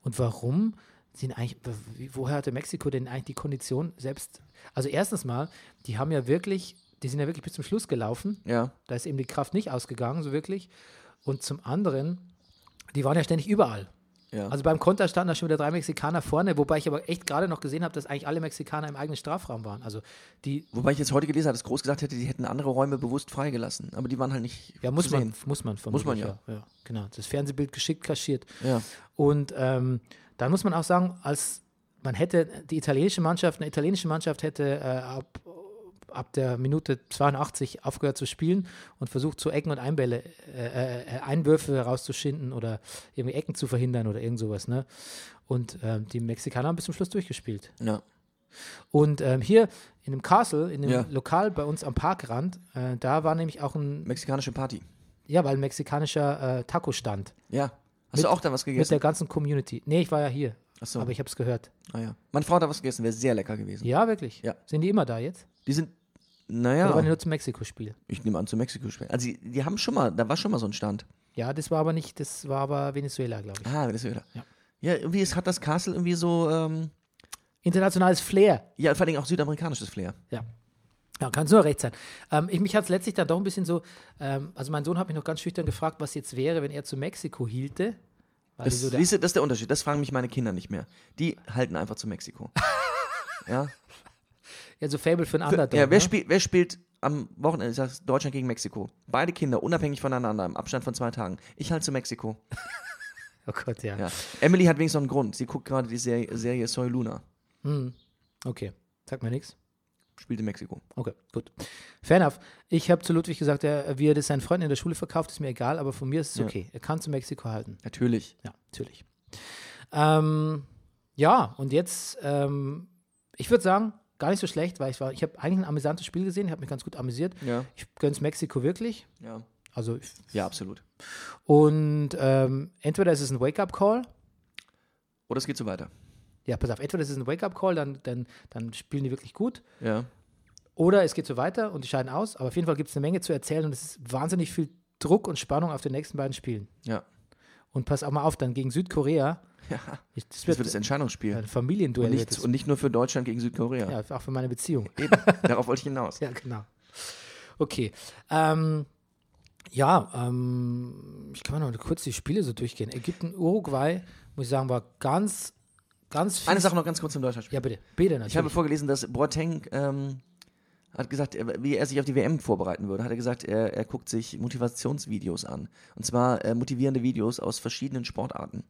Speaker 1: Und warum sind eigentlich, wie- woher hatte Mexiko denn eigentlich die Kondition selbst? Also erstens mal, die haben ja wirklich, die sind ja wirklich bis zum Schluss gelaufen.
Speaker 2: ja.
Speaker 1: Da ist eben die Kraft nicht ausgegangen, so wirklich. Und zum anderen, die waren ja ständig überall.
Speaker 2: Ja.
Speaker 1: Also beim Konter standen da schon wieder drei Mexikaner vorne, wobei ich aber echt gerade noch gesehen habe, dass eigentlich alle Mexikaner im eigenen Strafraum waren. Also die,
Speaker 2: Wobei ich jetzt heute gelesen habe, dass Groß gesagt hätte, die hätten andere Räume bewusst freigelassen, aber die waren halt nicht
Speaker 1: ja, muss
Speaker 2: zu
Speaker 1: man,
Speaker 2: sehen.
Speaker 1: muss man vermutlich.
Speaker 2: Muss man ja.
Speaker 1: ja. Genau, das Fernsehbild geschickt kaschiert.
Speaker 2: Ja.
Speaker 1: Und ähm, dann muss man auch sagen, als man hätte die italienische Mannschaft, eine italienische Mannschaft hätte äh, ab, ab der Minute 82 aufgehört zu spielen und versucht, so Ecken und Einbälle, äh, äh, Einwürfe herauszuschinden oder irgendwie Ecken zu verhindern oder irgend sowas. Ne? Und ähm, die Mexikaner haben bis zum Schluss durchgespielt.
Speaker 2: Ja.
Speaker 1: Und ähm, hier in dem Castle, in dem
Speaker 2: Ja.
Speaker 1: Lokal bei uns am Parkrand, äh, da war nämlich auch ein,
Speaker 2: Mexikanische Party.
Speaker 1: ja, weil ein mexikanischer äh, Taco-Stand
Speaker 2: Ja. Hast du auch da was
Speaker 1: mit der
Speaker 2: gegessen?
Speaker 1: ganzen Community. Nee, ich war ja hier,
Speaker 2: Ach so.
Speaker 1: aber ich habe es gehört.
Speaker 2: Ah, ja. Meine Frau hat da was gegessen, wäre sehr lecker gewesen.
Speaker 1: Ja, wirklich.
Speaker 2: Ja.
Speaker 1: Sind die immer da jetzt?
Speaker 2: Die sind,
Speaker 1: Oder waren
Speaker 2: naja,
Speaker 1: die nur zum Mexiko-Spiel?
Speaker 2: ich nehme an, zu Mexiko spielen. Also, die, die haben schon mal, da war schon mal so ein Stand.
Speaker 1: Ja, das war aber nicht, das war aber Venezuela, glaube ich.
Speaker 2: Ah, das ist wieder.
Speaker 1: Ja.
Speaker 2: Ja, irgendwie ist, hat das Castle irgendwie so, ähm,
Speaker 1: Internationales Flair.
Speaker 2: ja, vor allen Dingen auch südamerikanisches Flair.
Speaker 1: Ja. Ja, kann es nur recht sein. Ähm, ich, mich hat es letztlich dann doch ein bisschen so, ähm, also mein Sohn hat mich noch ganz schüchtern gefragt, was jetzt wäre, wenn er zu Mexiko hielte. Weil die
Speaker 2: Das,
Speaker 1: Also so der-
Speaker 2: siehst du, das ist der Unterschied. Das fragen mich meine Kinder nicht mehr. Die halten einfach zu Mexiko. ja.
Speaker 1: ja, so Fable für einen Underdog.
Speaker 2: ja, wer,
Speaker 1: ne?
Speaker 2: spielt, wer spielt am Wochenende, ich sag's, Deutschland gegen Mexiko? Beide Kinder, unabhängig voneinander, im Abstand von zwei Tagen. Ich halte zu Mexiko.
Speaker 1: Oh Gott, ja.
Speaker 2: Ja. Emily hat wenigstens noch einen Grund. Sie guckt gerade die Serie, Serie Soy Luna.
Speaker 1: Okay, sagt mir nichts.
Speaker 2: Spielt in Mexiko.
Speaker 1: Okay, gut. Fair enough. Ich habe zu Ludwig gesagt, er, wie er das seinen Freunden in der Schule verkauft, ist mir egal, aber von mir ist es
Speaker 2: Ja.
Speaker 1: okay. Er kann zu Mexiko halten.
Speaker 2: Natürlich.
Speaker 1: Ja, natürlich. Ähm, ja, und jetzt, ähm, ich würde sagen, gar nicht so schlecht, weil ich war, ich habe eigentlich ein amüsantes Spiel gesehen, ich habe mich ganz gut amüsiert.
Speaker 2: Ja.
Speaker 1: Ich gönn's Mexiko wirklich.
Speaker 2: Ja.
Speaker 1: Also ich,
Speaker 2: Ja, absolut.
Speaker 1: und ähm, entweder ist es ein Wake-up-Call.
Speaker 2: Oder es geht so weiter.
Speaker 1: Ja, pass auf, entweder ist es ein Wake-up-Call, dann, dann, dann spielen die wirklich gut.
Speaker 2: Ja.
Speaker 1: Oder es geht so weiter und die scheiden aus. Aber auf jeden Fall gibt es eine Menge zu erzählen und es ist wahnsinnig viel Druck und Spannung auf den nächsten beiden Spielen.
Speaker 2: Ja.
Speaker 1: Und pass auch mal auf, dann gegen Südkorea.
Speaker 2: Ja.
Speaker 1: Ich, das
Speaker 2: Das
Speaker 1: wird,
Speaker 2: wird das
Speaker 1: ein
Speaker 2: Entscheidungsspiel.
Speaker 1: Familienduell.
Speaker 2: Und
Speaker 1: wird
Speaker 2: nicht,
Speaker 1: Also, das.
Speaker 2: und nicht nur für Deutschland gegen Südkorea.
Speaker 1: ja, auch für meine Beziehung.
Speaker 2: Eben. Darauf wollte ich hinaus.
Speaker 1: Ja, genau. Okay. Ähm, ja, ähm, ich kann mal noch kurz die Spiele so durchgehen. Ägypten, Uruguay, muss ich sagen, war ganz, ganz viel.
Speaker 2: Eine Sache noch ganz kurz zum Deutschlandspiel.
Speaker 1: Ja, bitte. Bitte natürlich.
Speaker 2: Ich habe vorgelesen, dass Boateng ähm, hat gesagt, er- wie er sich auf die WM vorbereiten würde, hat er gesagt, er, er guckt sich Motivationsvideos an. Und zwar äh, motivierende Videos aus verschiedenen Sportarten.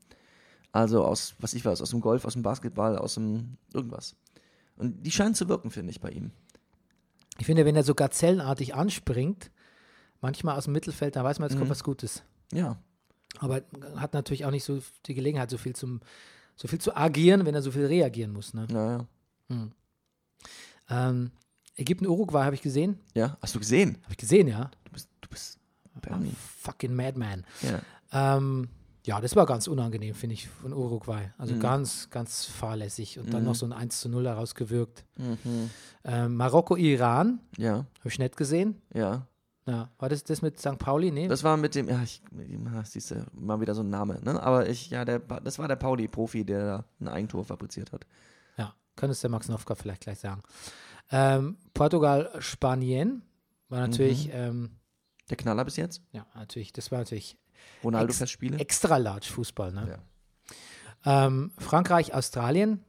Speaker 2: Also aus, was ich weiß, aus dem Golf, aus dem Basketball, aus dem irgendwas. Und die scheinen zu wirken, finde ich, bei ihm.
Speaker 1: ich finde, wenn er so gazellenartig anspringt, manchmal aus dem Mittelfeld, dann weiß man, jetzt
Speaker 2: Mhm.
Speaker 1: kommt was Gutes.
Speaker 2: Ja.
Speaker 1: Aber hat natürlich auch nicht so die Gelegenheit, so viel zum so viel zu agieren, wenn er so viel reagieren muss. Ne?
Speaker 2: Naja.
Speaker 1: Ähm, Ägypten, Uruguay habe ich gesehen.
Speaker 2: Ja. Hast du gesehen?
Speaker 1: Habe ich gesehen, ja.
Speaker 2: Du bist, du bist Bernie.
Speaker 1: Fucking Madman.
Speaker 2: Ja.
Speaker 1: Ähm, ja, das war ganz unangenehm, finde ich, von Uruguay. Also ganz, ganz fahrlässig und dann noch so ein 1 zu 0 herausgewirkt. Ähm, Marokko, Iran,
Speaker 2: Mhm. Ja.
Speaker 1: habe ich nett gesehen.
Speaker 2: Ja.
Speaker 1: Ja, war das das mit St. Pauli? Nee.
Speaker 2: Das war mit dem, ja, ich, mit ihm, ah, siehst du, mal wieder so ein Name, ne? Aber ich, ja, der, Pa- das war der Pauli-Profi, der da ein Eigentor fabriziert hat.
Speaker 1: ja, könntest der Max Nowka vielleicht gleich sagen. Ähm, Portugal, Spanien war natürlich, ähm,
Speaker 2: Der Knaller bis jetzt?
Speaker 1: ja, natürlich, das war natürlich
Speaker 2: Ronaldo
Speaker 1: Ex-
Speaker 2: Festspiele?
Speaker 1: extra large Fußball. Ne? Ähm, Frankreich, Australien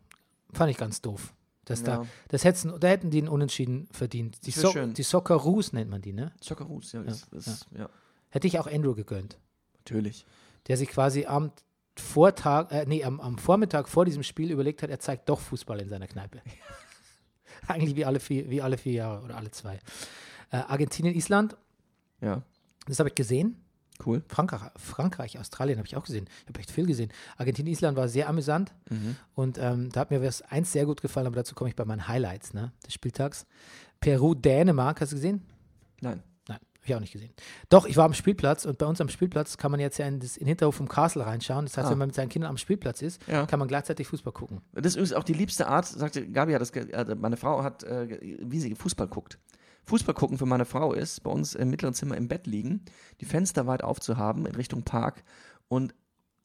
Speaker 1: fand ich ganz doof. Dass da,
Speaker 2: Ja.
Speaker 1: das hätten, da hätten die einen Unentschieden verdient. Die,
Speaker 2: Das wär
Speaker 1: so
Speaker 2: schön.
Speaker 1: die Socceroos nennt man die, ne?
Speaker 2: Zuckerhus, ja, das ist, ja.
Speaker 1: Hätte ich auch Andrew gegönnt,
Speaker 2: natürlich.
Speaker 1: der sich quasi am Vortag, äh, nee, am, am Vormittag vor diesem Spiel überlegt hat, er zeigt doch Fußball in seiner Kneipe. Eigentlich wie alle vier, wie alle vier Jahre oder alle zwei. Äh, Argentinien, Island,
Speaker 2: Ja,
Speaker 1: das habe ich gesehen.
Speaker 2: cool.
Speaker 1: Frankreich, Frankreich Australien habe ich auch gesehen. Ich habe echt viel gesehen. Argentinien, Island war sehr amüsant.
Speaker 2: Mhm.
Speaker 1: Und ähm, da hat mir was eins sehr gut gefallen, aber dazu komme ich bei meinen Highlights ne, des Spieltags. Peru, Dänemark, hast du gesehen?
Speaker 2: Nein.
Speaker 1: Nein, habe ich auch nicht gesehen. Doch, ich war am Spielplatz und bei uns am Spielplatz kann man jetzt ja in, das, in den Hinterhof vom Castle reinschauen. Das heißt,
Speaker 2: Ah.
Speaker 1: wenn man mit seinen Kindern am Spielplatz ist,
Speaker 2: Ja.
Speaker 1: kann man gleichzeitig Fußball gucken.
Speaker 2: Das ist übrigens auch die liebste Art, sagte Gabi, hat das, ge- also meine Frau hat, äh, ge- wie sie Fußball guckt. Fußball gucken für meine Frau ist, bei uns im mittleren Zimmer im Bett liegen, die Fenster weit aufzuhaben in Richtung Park und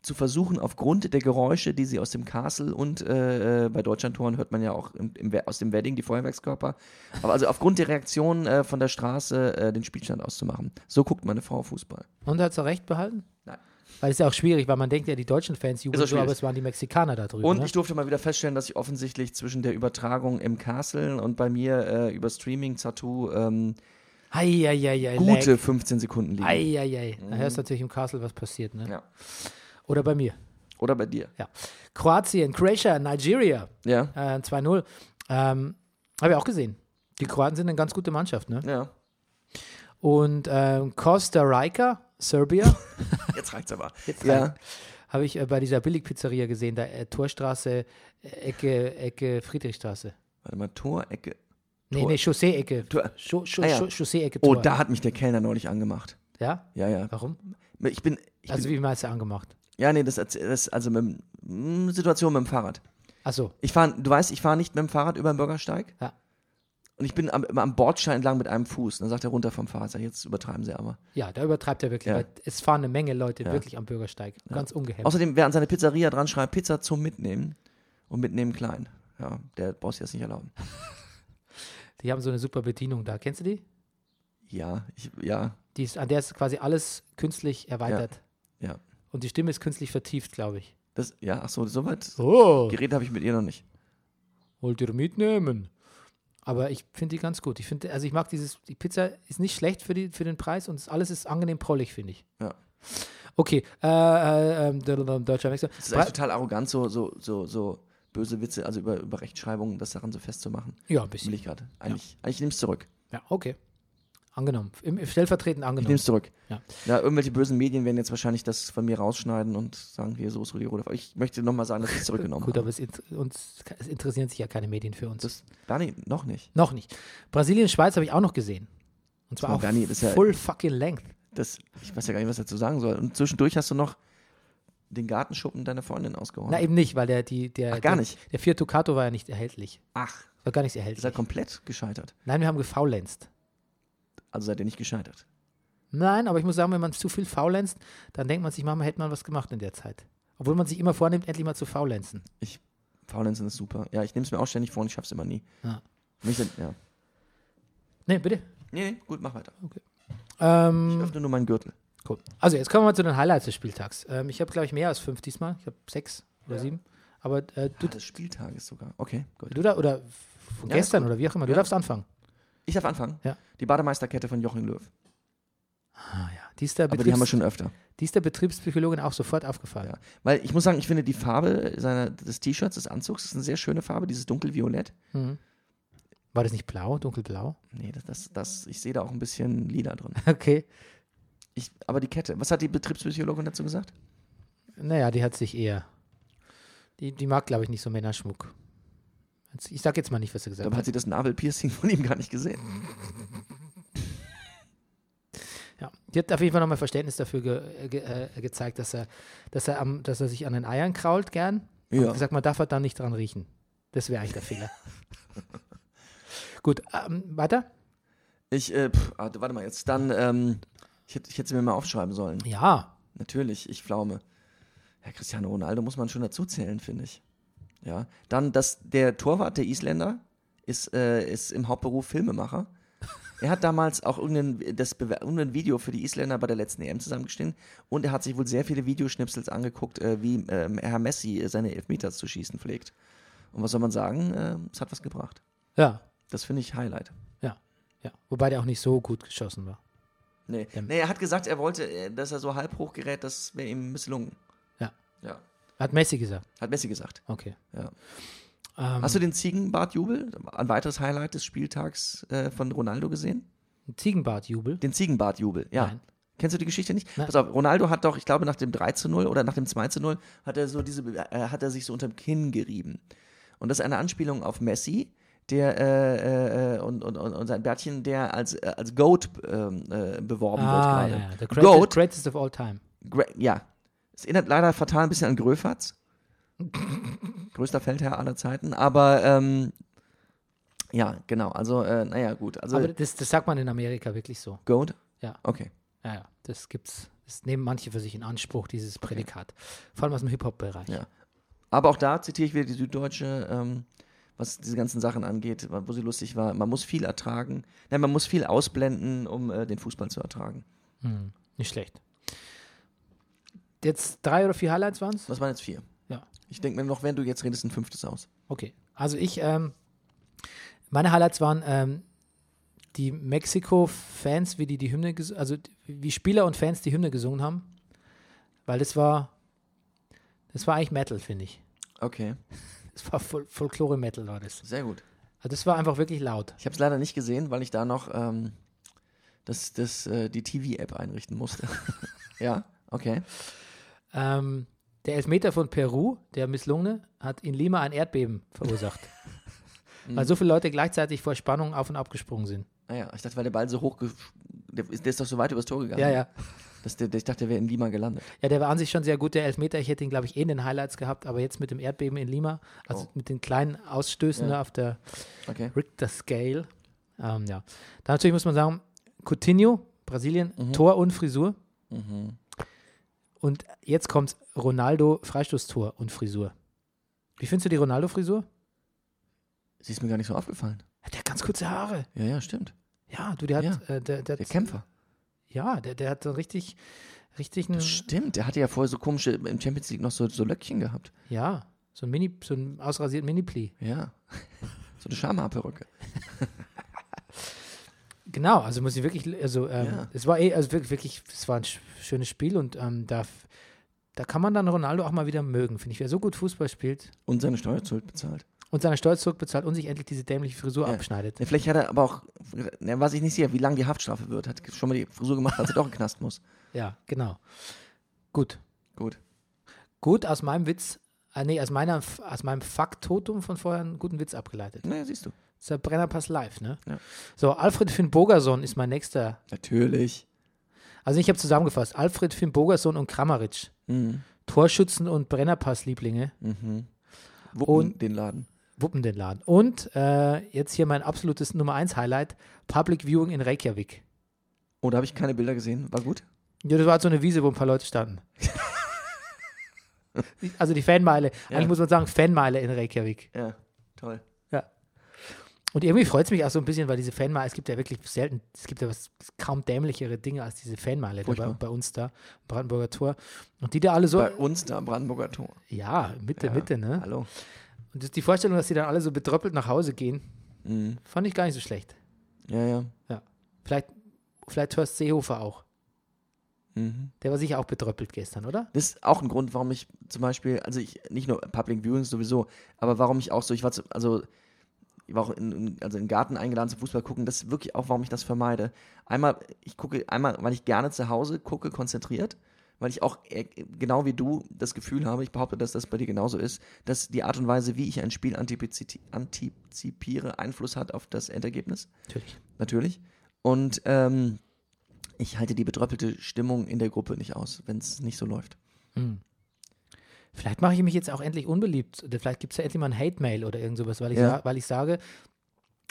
Speaker 2: zu versuchen, aufgrund der Geräusche, die sie aus dem Castle und äh, äh, bei Deutschlandtoren hört man ja auch im, im, We- aus dem Wedding die Feuerwerkskörper, aber also aufgrund der Reaktion äh, von der Straße äh, den Spielstand auszumachen. So guckt meine Frau Fußball.
Speaker 1: Und hat sie recht behalten?
Speaker 2: Nein.
Speaker 1: Weil es ist ja auch schwierig, weil man denkt ja, die deutschen Fans jubeln
Speaker 2: Ist auch
Speaker 1: so, aber
Speaker 2: schwierig.
Speaker 1: es waren die Mexikaner da drüben.
Speaker 2: Und
Speaker 1: ne?
Speaker 2: ich durfte mal wieder feststellen, dass ich offensichtlich zwischen der Übertragung im Castle und bei mir äh, über Streaming Tattoo ähm,
Speaker 1: ei, ei, ei, ei,
Speaker 2: gute Mhm. 15 Sekunden liegen.
Speaker 1: Ei, ei, ei. Da hörst du natürlich im Castle, was passiert. Ne?
Speaker 2: Ja.
Speaker 1: Oder bei mir.
Speaker 2: Oder bei dir.
Speaker 1: Ja. Kroatien, Croatia, Nigeria
Speaker 2: Ja.
Speaker 1: äh, 2-0. Ähm, Habe ich auch gesehen. Die Kroaten sind eine ganz gute Mannschaft. Ne?
Speaker 2: Ja.
Speaker 1: Und ähm, Costa Rica, Serbia,
Speaker 2: Jetzt reicht's aber. ja.
Speaker 1: reicht's. habe ich äh, bei dieser Billigpizzeria gesehen, da äh, Torstraße, äh, Ecke, Ecke Friedrichstraße.
Speaker 2: Warte mal, Torecke.
Speaker 1: Nee,
Speaker 2: Tor.
Speaker 1: nee, Chaussee-Ecke.
Speaker 2: Tor.
Speaker 1: Scho- Scho-
Speaker 2: Ah, ja.
Speaker 1: Scho- Chaussee-Ecke
Speaker 2: Oh,
Speaker 1: Tor.
Speaker 2: da hat mich der Kellner neulich angemacht.
Speaker 1: Ja?
Speaker 2: Ja, ja.
Speaker 1: Warum?
Speaker 2: Ich bin. Ich
Speaker 1: also,
Speaker 2: bin
Speaker 1: wie meinst du angemacht?
Speaker 2: ja, nee, das, das ist also mit, dem- mm, Situation mit dem Fahrrad.
Speaker 1: Achso,
Speaker 2: Ich fahr, du weißt, ich fahre nicht mit dem Fahrrad über den Bürgersteig.
Speaker 1: Ja.
Speaker 2: Und ich bin am, immer am Bordstein entlang mit einem Fuß. Und dann sagt er runter vom Fahrrad. Sag ich, Jetzt übertreiben sie aber.
Speaker 1: ja, da übertreibt er wirklich.
Speaker 2: Ja.
Speaker 1: Weil es fahren eine Menge Leute wirklich am Bürgersteig. Ganz ungehemmt.
Speaker 2: Außerdem, wer an seine Pizzeria dran schreibt, Pizza zum Mitnehmen und mitnehmen klein. Ja, der braucht sich das nicht erlauben.
Speaker 1: Die haben so eine super Bedienung da. Kennst du die?
Speaker 2: Ja, ich, ja,
Speaker 1: die ist, an der ist quasi alles künstlich erweitert.
Speaker 2: ja.
Speaker 1: Und die Stimme ist künstlich vertieft, glaube ich.
Speaker 2: Das, ja, ach so, soweit.
Speaker 1: Oh,
Speaker 2: Geredet habe ich mit ihr noch nicht.
Speaker 1: wollt ihr mitnehmen? Aber ich finde die ganz gut. Ich finde, also ich mag dieses, die Pizza ist nicht schlecht für, die, für den Preis und es- alles ist angenehm prollig, finde ich.
Speaker 2: Ja.
Speaker 1: Okay, äh, äh, ähm, deutscher Wechsel.
Speaker 2: Das ist eigentlich total arrogant, so, so, so, so böse Witze, also über, über Rechtschreibung, das daran so festzumachen.
Speaker 1: Ja, ein
Speaker 2: Will
Speaker 1: bisschen.
Speaker 2: ich gerade. Eigentlich, eigentlich nimm's zurück.
Speaker 1: Ja, okay. Angenommen. Im, stellvertretend
Speaker 2: Ich
Speaker 1: angenommen.
Speaker 2: nehm's zurück.
Speaker 1: Genau. Ja.
Speaker 2: Ja, irgendwelche bösen Medien werden jetzt wahrscheinlich das von mir rausschneiden und sagen, hier, so ist Rudi Rudolf. Aber Ich möchte nochmal sagen, dass ich es zurückgenommen
Speaker 1: Gut,
Speaker 2: habe.
Speaker 1: aber es, int- uns, es interessieren sich ja keine Medien für uns.
Speaker 2: Das Bernie, noch nicht.
Speaker 1: noch nicht. Brasilien, Schweiz habe ich auch noch gesehen. Und zwar
Speaker 2: war
Speaker 1: auch
Speaker 2: gar nicht- das ist ja-
Speaker 1: full fucking length.
Speaker 2: Das, ich weiß ja gar nicht, was ich dazu sagen soll. Und zwischendurch hast du noch den Gartenschuppen deiner Freundin ausgehauen.
Speaker 1: Na, eben nicht, weil der, die, der,
Speaker 2: Ach, gar
Speaker 1: der,
Speaker 2: nicht.
Speaker 1: der Fiat Ducato war ja nicht erhältlich.
Speaker 2: Ach,
Speaker 1: War gar nicht
Speaker 2: ihr
Speaker 1: erhältlich.
Speaker 2: seid komplett gescheitert.
Speaker 1: Nein, wir haben gefaulenzt.
Speaker 2: Also seid ihr nicht gescheitert.
Speaker 1: Nein, aber ich muss sagen, wenn man zu viel faulenzt, dann denkt man sich, manchmal hätte man was gemacht in der Zeit. Obwohl man sich immer vornimmt, endlich mal zu faulenzen.
Speaker 2: Ich, Faulenzen ist super. Ja, ich nehme es mir auch ständig vor und ich schaff's immer nie.
Speaker 1: Ja.
Speaker 2: Mich sind, ja.
Speaker 1: Nee, bitte.
Speaker 2: Nee, nee, gut, mach weiter. Ich
Speaker 1: Ähm,
Speaker 2: öffne nur meinen Gürtel.
Speaker 1: cool. Also, jetzt kommen wir mal zu den Highlights des Spieltags. Ähm, ich habe, glaube ich, mehr als fünf diesmal. Ich habe sechs oder sieben. Aber äh, du,
Speaker 2: Ah, des Spieltages sogar. Okay, gut.
Speaker 1: du da, oder von
Speaker 2: Ja,
Speaker 1: gestern
Speaker 2: ist
Speaker 1: oder wie auch immer, du darfst anfangen.
Speaker 2: Ich darf anfangen.
Speaker 1: Ja.
Speaker 2: Die Bademeisterkette von Jochen Löw.
Speaker 1: Ah, ja. Die ist der,
Speaker 2: Aber die haben wir
Speaker 1: Betriebs-
Speaker 2: schon öfter.
Speaker 1: die ist der Betriebspsychologin auch sofort aufgefallen.
Speaker 2: Ja. Weil ich muss sagen, ich finde die Farbe seiner, des T-Shirts, des Anzugs, ist eine sehr schöne Farbe, dieses dunkelviolett.
Speaker 1: Mhm. War das nicht blau, dunkelblau?
Speaker 2: Nee, das, das, das, ich sehe da auch ein bisschen lila drin.
Speaker 1: Okay.
Speaker 2: Ich, aber die Kette, was hat die Betriebspsychologin dazu gesagt?
Speaker 1: Naja, die hat sich eher. Die, die mag, glaube ich, nicht so Männerschmuck. Jetzt- Ich sag jetzt mal nicht, was sie gesagt
Speaker 2: Dabei
Speaker 1: hat.
Speaker 2: hat sie das Nabelpiercing von ihm gar nicht gesehen.
Speaker 1: Ja. Die hat auf jeden Fall nochmal Verständnis dafür ge, ge, äh, gezeigt, dass er, dass, er am, dass er sich an den Eiern krault gern.
Speaker 2: Ja.
Speaker 1: Und gesagt, man darf halt dann nicht dran riechen. Das wäre eigentlich der Fehler. Gut, ähm, weiter.
Speaker 2: Ich, äh, pff, ah, warte mal jetzt. Dann, ähm, ich hätte ich hätte sie mir mal aufschreiben sollen.
Speaker 1: Ja,
Speaker 2: Natürlich, ich flaume. Herr Cristiano Ronaldo muss man schon dazu zählen, finde ich. Ja, dann das, der Torwart der Isländer ist, äh, ist im Hauptberuf Filmemacher. Er hat damals auch irgendein, das, Bewer- irgendein Video für die Isländer bei der letzten EM zusammengestellt und er hat sich wohl sehr viele Videoschnipsels angeguckt, äh, wie ähm, Herr Messi äh, seine Elfmeter zu schießen pflegt. Und was soll man sagen? Äh, es hat was gebracht.
Speaker 1: ja,
Speaker 2: Das finde ich Highlight.
Speaker 1: ja, ja. Wobei der auch nicht so gut geschossen war.
Speaker 2: Nee. nee, er hat gesagt, er wollte, äh, dass er so halb hoch gerät, das wäre ihm misslungen.
Speaker 1: Ja.
Speaker 2: Ja.
Speaker 1: Hat Messi gesagt.
Speaker 2: Hat Messi gesagt.
Speaker 1: Okay. Ähm,
Speaker 2: Ja.
Speaker 1: Mhm.
Speaker 2: Hast du den Ziegenbartjubel, ein weiteres Highlight des Spieltags äh, von Ronaldo gesehen?
Speaker 1: Ein Ziegenbartjubel.
Speaker 2: Den Ziegenbartjubel, ja.
Speaker 1: Nein.
Speaker 2: Kennst du die Geschichte nicht?
Speaker 1: Nein.
Speaker 2: Pass auf, Ronaldo hat doch, ich glaube, nach dem 3 zu 0 oder nach dem 2 zu 0 hat er so diese, äh, hat er sich so unterm Kinn gerieben. Und das ist eine Anspielung auf Messi, der äh, äh, und, und, und, und sein Bärtchen, der als, äh, als Goat ähm, äh, beworben
Speaker 1: Ah,
Speaker 2: wird
Speaker 1: ja,
Speaker 2: gerade.
Speaker 1: ja. The greatest,
Speaker 2: Goat,
Speaker 1: greatest of all time.
Speaker 2: Gra ja. Es erinnert leider fatal ein bisschen an Gröfatz. Größter Feldherr aller Zeiten, aber ähm, ja, genau. Also, äh, naja, gut. Also,
Speaker 1: Aber das, das sagt man in Amerika wirklich so.
Speaker 2: Goat?
Speaker 1: Ja.
Speaker 2: Okay.
Speaker 1: Ja, ja. Das gibt's. Das nehmen manche für sich in Anspruch, dieses Prädikat. Vor allem aus dem Hip-Hop-Bereich.
Speaker 2: Ja. Aber auch da zitiere ich wieder die Süddeutsche, ähm, was diese ganzen Sachen angeht, wo sie lustig war. Man muss viel ertragen. Nein, man muss viel ausblenden, um äh, den Fußball zu ertragen.
Speaker 1: Hm, Nicht schlecht. Jetzt drei oder vier Highlights waren es?
Speaker 2: Was waren jetzt vier?
Speaker 1: Ja.
Speaker 2: Ich denke mir noch, während du jetzt redest, ein fünftes aus.
Speaker 1: Okay. Also ich, ähm, meine Highlights waren ähm, die Mexiko-Fans, wie die die Hymne, ges- also d- wie Spieler und Fans die Hymne gesungen haben, weil das war, das war eigentlich Metal, finde ich.
Speaker 2: Okay,
Speaker 1: Das war Fol Folklore-Metal, war das.
Speaker 2: sehr gut.
Speaker 1: Also das war einfach wirklich laut.
Speaker 2: Ich habe es leider nicht gesehen, weil ich da noch ähm, das, das, äh, die TV-App einrichten musste. ja, okay.
Speaker 1: Ähm, der Elfmeter von Peru, der misslungene, hat in Lima ein Erdbeben verursacht.
Speaker 2: Mhm.
Speaker 1: weil so viele Leute gleichzeitig vor Spannung auf und abgesprungen sind.
Speaker 2: Ah ja, ich dachte, weil der Ball so hoch, gesch- der, ist- der ist doch so weit übers Tor gegangen.
Speaker 1: Ja, ja.
Speaker 2: Dass der, der, ich dachte, der wäre in Lima gelandet.
Speaker 1: Ja, der war an sich schon sehr gut, der Elfmeter. Ich hätte ihn, glaube ich, eh in den Highlights gehabt, aber jetzt mit dem Erdbeben in Lima, also
Speaker 2: Oh.
Speaker 1: mit den kleinen Ausstößen
Speaker 2: Ja.
Speaker 1: da auf der
Speaker 2: Okay.
Speaker 1: Richter Scale. Ähm, ja. Da natürlich muss man sagen, Coutinho, Brasilien,
Speaker 2: Mhm.
Speaker 1: Tor und Frisur. Und jetzt kommt Ronaldo, Freistoßtor und Frisur. Wie findest du die Ronaldo-Frisur?
Speaker 2: Sie ist mir gar nicht so aufgefallen.
Speaker 1: Hat der hat ganz kurze Haare.
Speaker 2: Ja, ja, stimmt.
Speaker 1: Ja, du, der hat.
Speaker 2: Ja,
Speaker 1: äh, der, der,
Speaker 2: Der
Speaker 1: hat-
Speaker 2: Kämpfer.
Speaker 1: Ja, der, der hat so richtig, richtig einen,
Speaker 2: Stimmt, der hatte ja vorher so komische, im Champions League noch so, so Löckchen gehabt.
Speaker 1: ja, so ein Mini, so einen ausrasierten Mini-Pli.
Speaker 2: Ja. So eine Schamhaarperücke.
Speaker 1: Genau, also muss ich wirklich, also ähm,
Speaker 2: Ja.
Speaker 1: es war eh, also wirklich, wirklich, es war ein sch- schönes Spiel und ähm, da, f- da kann man dann Ronaldo auch mal wieder mögen, finde ich. Wer so gut Fußball spielt
Speaker 2: Und seine Steuerschuld bezahlt.
Speaker 1: und seine Steuer zurückbezahlt und sich endlich diese dämliche Frisur
Speaker 2: Ja.
Speaker 1: abschneidet.
Speaker 2: Ja, vielleicht hat er aber auch, ne, weiß ich nicht sicher, wie lang die Haftstrafe wird. Hat schon mal die Frisur gemacht, als er doch in den Knast muss.
Speaker 1: Ja, genau. Gut.
Speaker 2: Gut.
Speaker 1: Gut, aus meinem Witz, äh, nee, aus, meiner, F- aus meinem Faktotum von vorher einen guten Witz abgeleitet.
Speaker 2: Naja, siehst du.
Speaker 1: Das ist der Brennerpass live, ne?
Speaker 2: Ja.
Speaker 1: So, Alfred Finn Bogerson ist mein nächster.
Speaker 2: Natürlich.
Speaker 1: Also ich habe zusammengefasst, Alfred Finn Bogerson und Kramaric.
Speaker 2: Mhm.
Speaker 1: Torschützen und Brennerpass-Lieblinge.
Speaker 2: Wuppen den Laden.
Speaker 1: wuppen den Laden. Und äh, jetzt hier mein absolutes Nummer 1 Highlight: Public Viewing in Reykjavik.
Speaker 2: Oh, da habe ich keine Bilder gesehen. War gut.
Speaker 1: Ja, das war halt so eine Wiese, wo ein paar Leute standen. also die Fanmeile. Eigentlich muss man sagen, Fanmeile in Reykjavik.
Speaker 2: Ja, toll.
Speaker 1: Ja. Und irgendwie freut es mich auch so ein bisschen, weil diese Fanmeile, es gibt ja wirklich selten, es gibt ja was, kaum dämlichere Dinge als diese Fanmeile da bei,
Speaker 2: Furchtbar.
Speaker 1: bei uns da, Brandenburger Tor. Und die da alle so,
Speaker 2: Bei uns da am Brandenburger Tor.
Speaker 1: ja, Mitte,
Speaker 2: Ja.
Speaker 1: Mitte, ne?
Speaker 2: Hallo.
Speaker 1: Und das, die Vorstellung, dass die dann alle so betröppelt nach Hause gehen,
Speaker 2: Mhm.
Speaker 1: fand ich gar nicht so schlecht.
Speaker 2: Ja, ja.
Speaker 1: Vielleicht, vielleicht hörst Seehofer auch.
Speaker 2: Mhm.
Speaker 1: Der war sicher auch betröppelt gestern, oder?
Speaker 2: Das ist auch ein Grund, warum ich zum Beispiel, also ich, nicht nur Public Viewings sowieso, aber warum ich auch so, ich war, zu, also, ich war auch in, in, also in den Garten eingeladen zum Fußball gucken, das ist wirklich auch, warum ich das vermeide. Einmal, ich gucke, einmal, weil ich gerne zu Hause gucke, konzentriert, weil ich auch, äh, genau wie du, das Gefühl habe, ich behaupte, dass das bei dir genauso ist, dass die Art und Weise, wie ich ein Spiel antipiziti- antizipiere, Einfluss hat auf das Endergebnis
Speaker 1: Natürlich.
Speaker 2: natürlich. Und ähm, ich halte die betröppelte Stimmung in der Gruppe nicht aus, wenn es nicht so läuft.
Speaker 1: Vielleicht mache ich mich jetzt auch endlich unbeliebt. Oder Vielleicht gibt es ja endlich mal ein Hate-Mail oder irgend sowas, weil ich,
Speaker 2: Ja.
Speaker 1: sa- weil ich sage,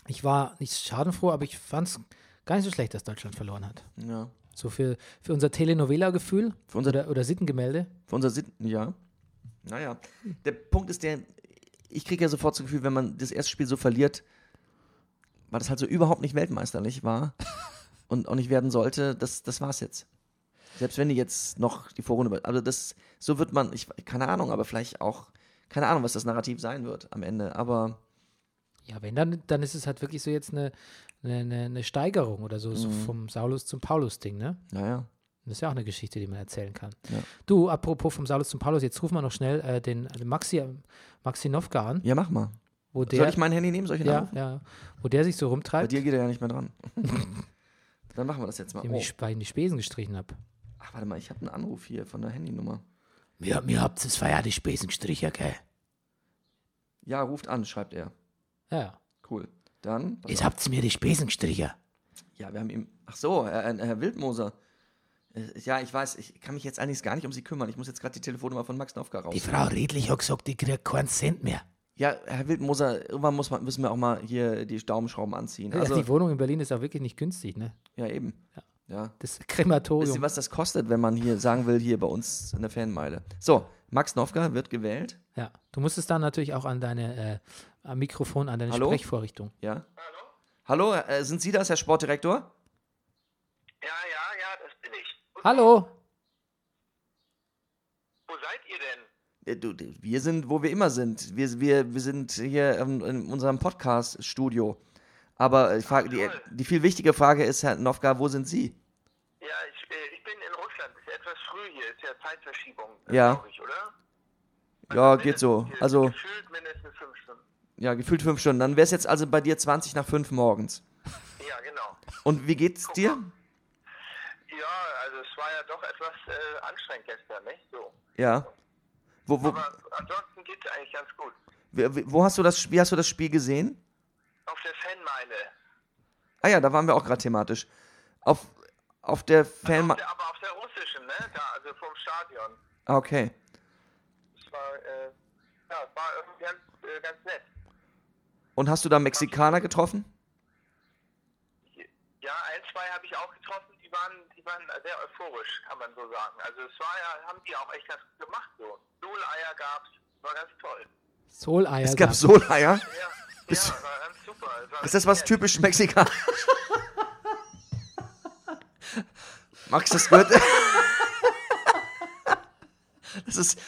Speaker 1: ich war nicht schadenfroh, aber ich fand es Gar nicht so schlecht, dass Deutschland verloren hat.
Speaker 2: Ja.
Speaker 1: So für, für unser Telenovela-Gefühl
Speaker 2: Für unser-
Speaker 1: oder, oder Sittengemälde.
Speaker 2: Für unser Sitten, ja. Naja. Der Punkt ist der, ich kriege ja sofort das Gefühl, wenn man das erste Spiel so verliert, weil das halt so überhaupt nicht weltmeisterlich war und auch nicht werden sollte, das, das war's jetzt. Selbst wenn die jetzt noch die Vorrunde, über- also das, so wird man, ich, keine Ahnung, aber vielleicht auch, keine Ahnung, was das Narrativ sein wird am Ende, aber
Speaker 1: Ja, wenn dann, dann ist es halt wirklich so jetzt eine, eine- eine, eine Steigerung oder so, so vom Saulus zum Paulus-Ding, ne?
Speaker 2: naja.
Speaker 1: Das ist ja auch eine Geschichte, die man erzählen kann.
Speaker 2: Ja.
Speaker 1: Du, apropos vom Saulus zum Paulus, jetzt rufen wir noch schnell äh, den, den Maxi, Maxi Novka an,
Speaker 2: Ja, mach mal.
Speaker 1: wo
Speaker 2: Soll
Speaker 1: der,
Speaker 2: ich mein Handy nehmen? Soll ich ihn
Speaker 1: ja,
Speaker 2: anrufen?
Speaker 1: ja, wo der sich so
Speaker 2: Bei
Speaker 1: rumtreibt,
Speaker 2: dir geht er ja nicht mehr dran. Dann machen wir das jetzt mal.
Speaker 1: dem
Speaker 2: Oh.
Speaker 1: ich bei in die Spesen gestrichen habe.
Speaker 2: Ach, warte mal, ich habe einen Anruf hier von der Handynummer.
Speaker 1: Mir, mir habt es feier die Spesen gestrichen, gell?
Speaker 2: Ja, ruft an, schreibt er.
Speaker 1: Ja,
Speaker 2: Cool. Dann.
Speaker 1: jetzt habt's mir die Spesen gestrichen.
Speaker 2: Ja, wir haben ihm. Ach so, Herr, Herr Wildmoser. Äh, Ja, ich weiß, ich kann mich jetzt eigentlich gar nicht um Sie kümmern. Ich muss jetzt gerade die Telefonnummer von Max Nowka raus.
Speaker 1: Frau Redlich hat gesagt, die kriegt keinen Cent mehr.
Speaker 2: Ja, Herr Wildmoser, irgendwann muss man, müssen wir auch mal hier die Daumenschrauben anziehen.
Speaker 1: Also,
Speaker 2: Also,
Speaker 1: die Wohnung in Berlin ist auch wirklich nicht günstig, ne?
Speaker 2: ja, eben. Ja.
Speaker 1: Das
Speaker 2: Wisst ihr,
Speaker 1: Krematorium.
Speaker 2: was das kostet, wenn man hier sagen will, hier bei uns in der Fanmeile? So, Max Nowka wird gewählt.
Speaker 1: Ja, du musst es dann natürlich auch an deine, äh, am Mikrofon, an deine
Speaker 2: Hallo?
Speaker 1: Sprechvorrichtung.
Speaker 2: Ja. Hallo? Hallo, äh, sind Sie das, Herr Sportdirektor?
Speaker 7: Ja, ja, ja, das bin ich. Und
Speaker 1: Hallo,
Speaker 7: wo seid ihr denn?
Speaker 2: Äh, Du, du, wir sind, wo wir immer sind. Wir, wir, wir sind hier in, in unserem Podcast-Studio. Aber äh, ich frage, die, die viel wichtige Frage ist, Herr Nowka, wo sind Sie?
Speaker 7: Ja, ich, äh, ich bin in Russland. Ist ja etwas früh hier. Ist ja Zeitverschiebung,
Speaker 2: Ja.
Speaker 7: glaube ich, oder?
Speaker 2: Ja, geht so.
Speaker 7: Mindestens-
Speaker 2: Also,
Speaker 7: Gefühlt mindestens fünf Stunden.
Speaker 2: ja, gefühlt fünf Stunden. Dann wäre es jetzt also bei dir 20 nach fünf morgens.
Speaker 7: Ja, genau.
Speaker 2: Und wie geht's dir?
Speaker 7: Ja, also es war ja doch etwas äh, anstrengend gestern, nicht? So.
Speaker 2: Ja. Wo, wo,
Speaker 7: Aber ansonsten geht es eigentlich ganz gut.
Speaker 2: wo wo hast du das, wie hast du das Spiel gesehen?
Speaker 7: Auf der Fanmeile.
Speaker 2: Ah ja, da waren wir auch gerade thematisch. Auf, auf der Fan...
Speaker 7: Auf der, aber auf der russischen, ne? Da, also vom Stadion.
Speaker 2: Ah, Okay.
Speaker 7: Es war, äh, ja, es war irgendwie ganz, äh, ganz nett.
Speaker 2: Und hast du da Mexikaner getroffen?
Speaker 7: Ja, ein, zwei habe ich auch getroffen, die waren, die waren sehr euphorisch, kann man so sagen. Also es war ja, haben die auch echt ganz gut gemacht so. Soleier gab's, war ganz toll.
Speaker 1: Soleier.
Speaker 2: Es gab
Speaker 1: gab's.
Speaker 2: Soleier.
Speaker 7: Ja,
Speaker 2: Bist
Speaker 7: ja, war ganz super. Es War
Speaker 2: Ist das was
Speaker 7: richtig
Speaker 2: typisch Mexikaner? Max, das gehört. Das ist.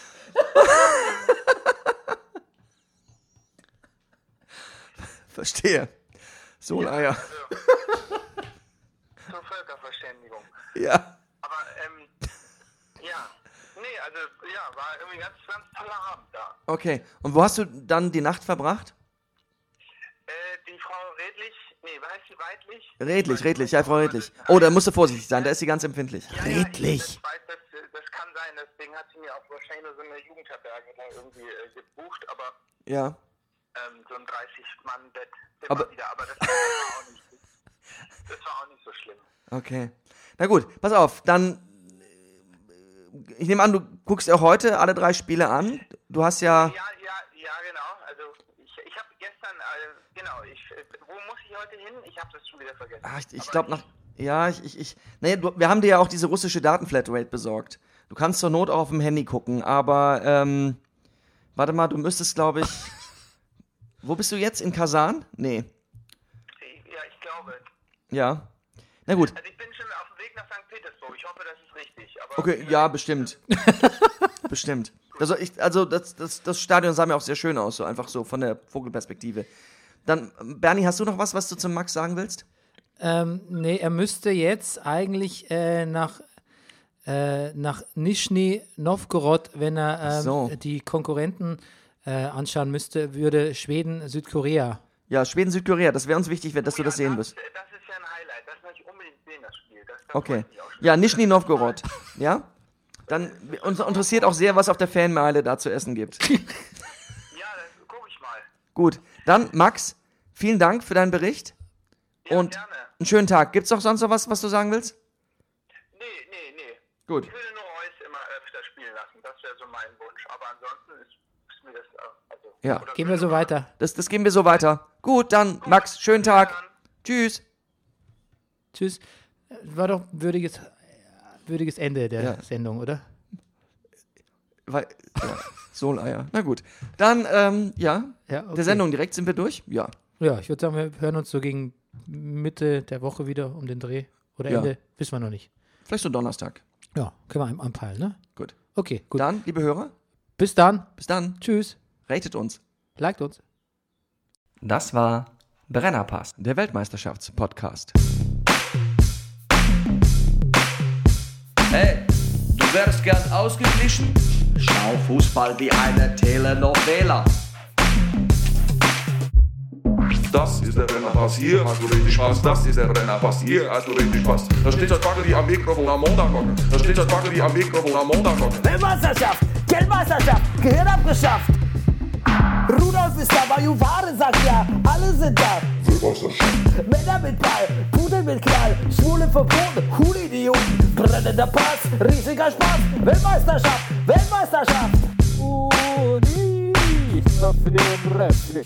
Speaker 2: Verstehe. ah Soleier.
Speaker 7: nett. Zur Völkerverständigung.
Speaker 2: Ja.
Speaker 7: Aber ähm, ja. Nee, also ja, war irgendwie ganz, ganz toller Abend da.
Speaker 2: Okay. Und wo hast du dann die Nacht verbracht?
Speaker 7: Äh, die Frau Redlich, nee, wie heißt sie Weidlich?
Speaker 2: Redlich, redlich, ja, Frau Redlich. Oh, da musst du vorsichtig sein, da ist sie ganz empfindlich.
Speaker 7: Ja, ja, ich- Ich weiß, das, das kann sein, deswegen hat sie mir auch wahrscheinlich nur so eine Jugendherberge da irgendwie äh, gebucht, aber
Speaker 2: Ja.
Speaker 7: ähm, so ein 30-Mann-Bett immer
Speaker 2: Aber-
Speaker 7: wieder, aber das war, auch nicht, das war auch nicht so schlimm.
Speaker 2: Okay. Na gut, pass auf, dann. äh, Ich nehme an, du guckst auch heute alle drei Spiele an. Du hast ja.
Speaker 7: Ja, ja, ja, genau. Also ich, ich habe gestern, äh, genau, ich, äh, wo muss ich heute hin? Ich habe das schon wieder vergessen.
Speaker 2: Ah, ich ich
Speaker 7: Aber
Speaker 2: glaube nach. Ja, ich, ich, ich. Naja, du, wir haben dir ja auch diese russische Datenflatrate besorgt. Du kannst zur Not auch auf dem Handy gucken, aber ähm, warte mal, du müsstest, glaube ich. wo bist du jetzt? In Kasan? Nee.
Speaker 7: ich- Ja, ich glaube.
Speaker 2: Ja. Na gut.
Speaker 7: Also ich bin schon auf dem Weg nach St. Petersburg. Ich hoffe, das ist richtig. Aber
Speaker 2: Okay, ja, bestimmt. bestimmt. Also, ich, also das, das, das Stadion sah mir auch sehr schön aus, so einfach so von der Vogelperspektive. Dann, ähm, Bernie, hast du noch was, was du zum Max sagen willst?
Speaker 1: Ähm, nee, er müsste jetzt eigentlich äh, nach, äh, nach Nischni Novgorod, wenn er ähm,
Speaker 2: so.
Speaker 1: die Konkurrenten äh, anschauen müsste, würde Schweden, Südkorea.
Speaker 2: Ja, Schweden, Südkorea, das wäre uns wichtig, dass du das sehen wirst.
Speaker 7: das, das ist ja ein Highlight. Das möchte ich unbedingt sehen, das Spiel. Das, das
Speaker 2: Okay.
Speaker 7: freut mich auch schon.
Speaker 2: Ja, Nischni Novgorod. Ja? Dann uns interessiert auch sehr, was auf der Fanmeile da zu essen gibt.
Speaker 7: Ja, das gucke ich mal.
Speaker 2: Gut. Dann, Max, vielen Dank für deinen Bericht
Speaker 7: Ja,
Speaker 2: und
Speaker 7: gerne.
Speaker 2: einen schönen Tag. Gibt's noch sonst noch was, was du sagen willst?
Speaker 7: Nee, nee, nee.
Speaker 2: Gut.
Speaker 7: Ich würde nur Reus immer öfter spielen lassen. Das wäre so mein Wunsch. Aber ansonsten ist, ist mir das. äh, Also,
Speaker 2: Ja.
Speaker 7: oder
Speaker 1: Gehen wir so weiter.
Speaker 2: Das, das geben wir so weiter. Gut, dann, Max, schönen Tag. Tschüss.
Speaker 1: Tschüss. War doch ein würdiges, würdiges Ende der
Speaker 2: Ja.
Speaker 1: Sendung, oder?
Speaker 2: Weil, ja, Soleier. Na gut. Dann, ähm, ja,
Speaker 1: Ja, okay.
Speaker 2: der Sendung direkt sind wir durch? Ja.
Speaker 1: Ja, ich würde sagen, wir hören uns so gegen Mitte der Woche wieder um den Dreh. Oder
Speaker 2: Ja.
Speaker 1: Ende, wissen wir noch nicht.
Speaker 2: Vielleicht so Donnerstag.
Speaker 1: Ja, können wir an- anpeilen, ne?
Speaker 2: Gut.
Speaker 1: Okay, gut.
Speaker 2: Dann, liebe Hörer,
Speaker 1: Bis dann.
Speaker 2: bis dann.
Speaker 1: Tschüss.
Speaker 2: Ratet uns.
Speaker 1: Liked uns.
Speaker 3: Das war Brennerpass.
Speaker 2: Der Weltmeisterschaftspodcast.
Speaker 4: Hey, du wärst gern ausgeglichen? Schau Fußball wie eine Telenovela.
Speaker 5: Das ist der Rennerpass, hier hast du richtig Spaß. Das ist der Rennerpass, hier hast du richtig Spaß. Da steht das Baggeri am Mikrofon am Montagmorgen. Da steht das Baggeri am Mikrofon am Montagmorgen.
Speaker 6: Weltmeisterschaft, Geldmeisterschaft, Gehirn abgeschafft. Rudolf ist da, Bajuware sagt ja, alle sind da. Männer mit Ball, Pudel mit Knall, Schwule verboten, Coolidioten, brennender Pass, riesiger Spaß, Weltmeisterschaft, Weltmeisterschaft. Uni, auf dem Refri.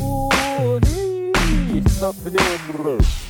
Speaker 6: Uni, auf dem Refri.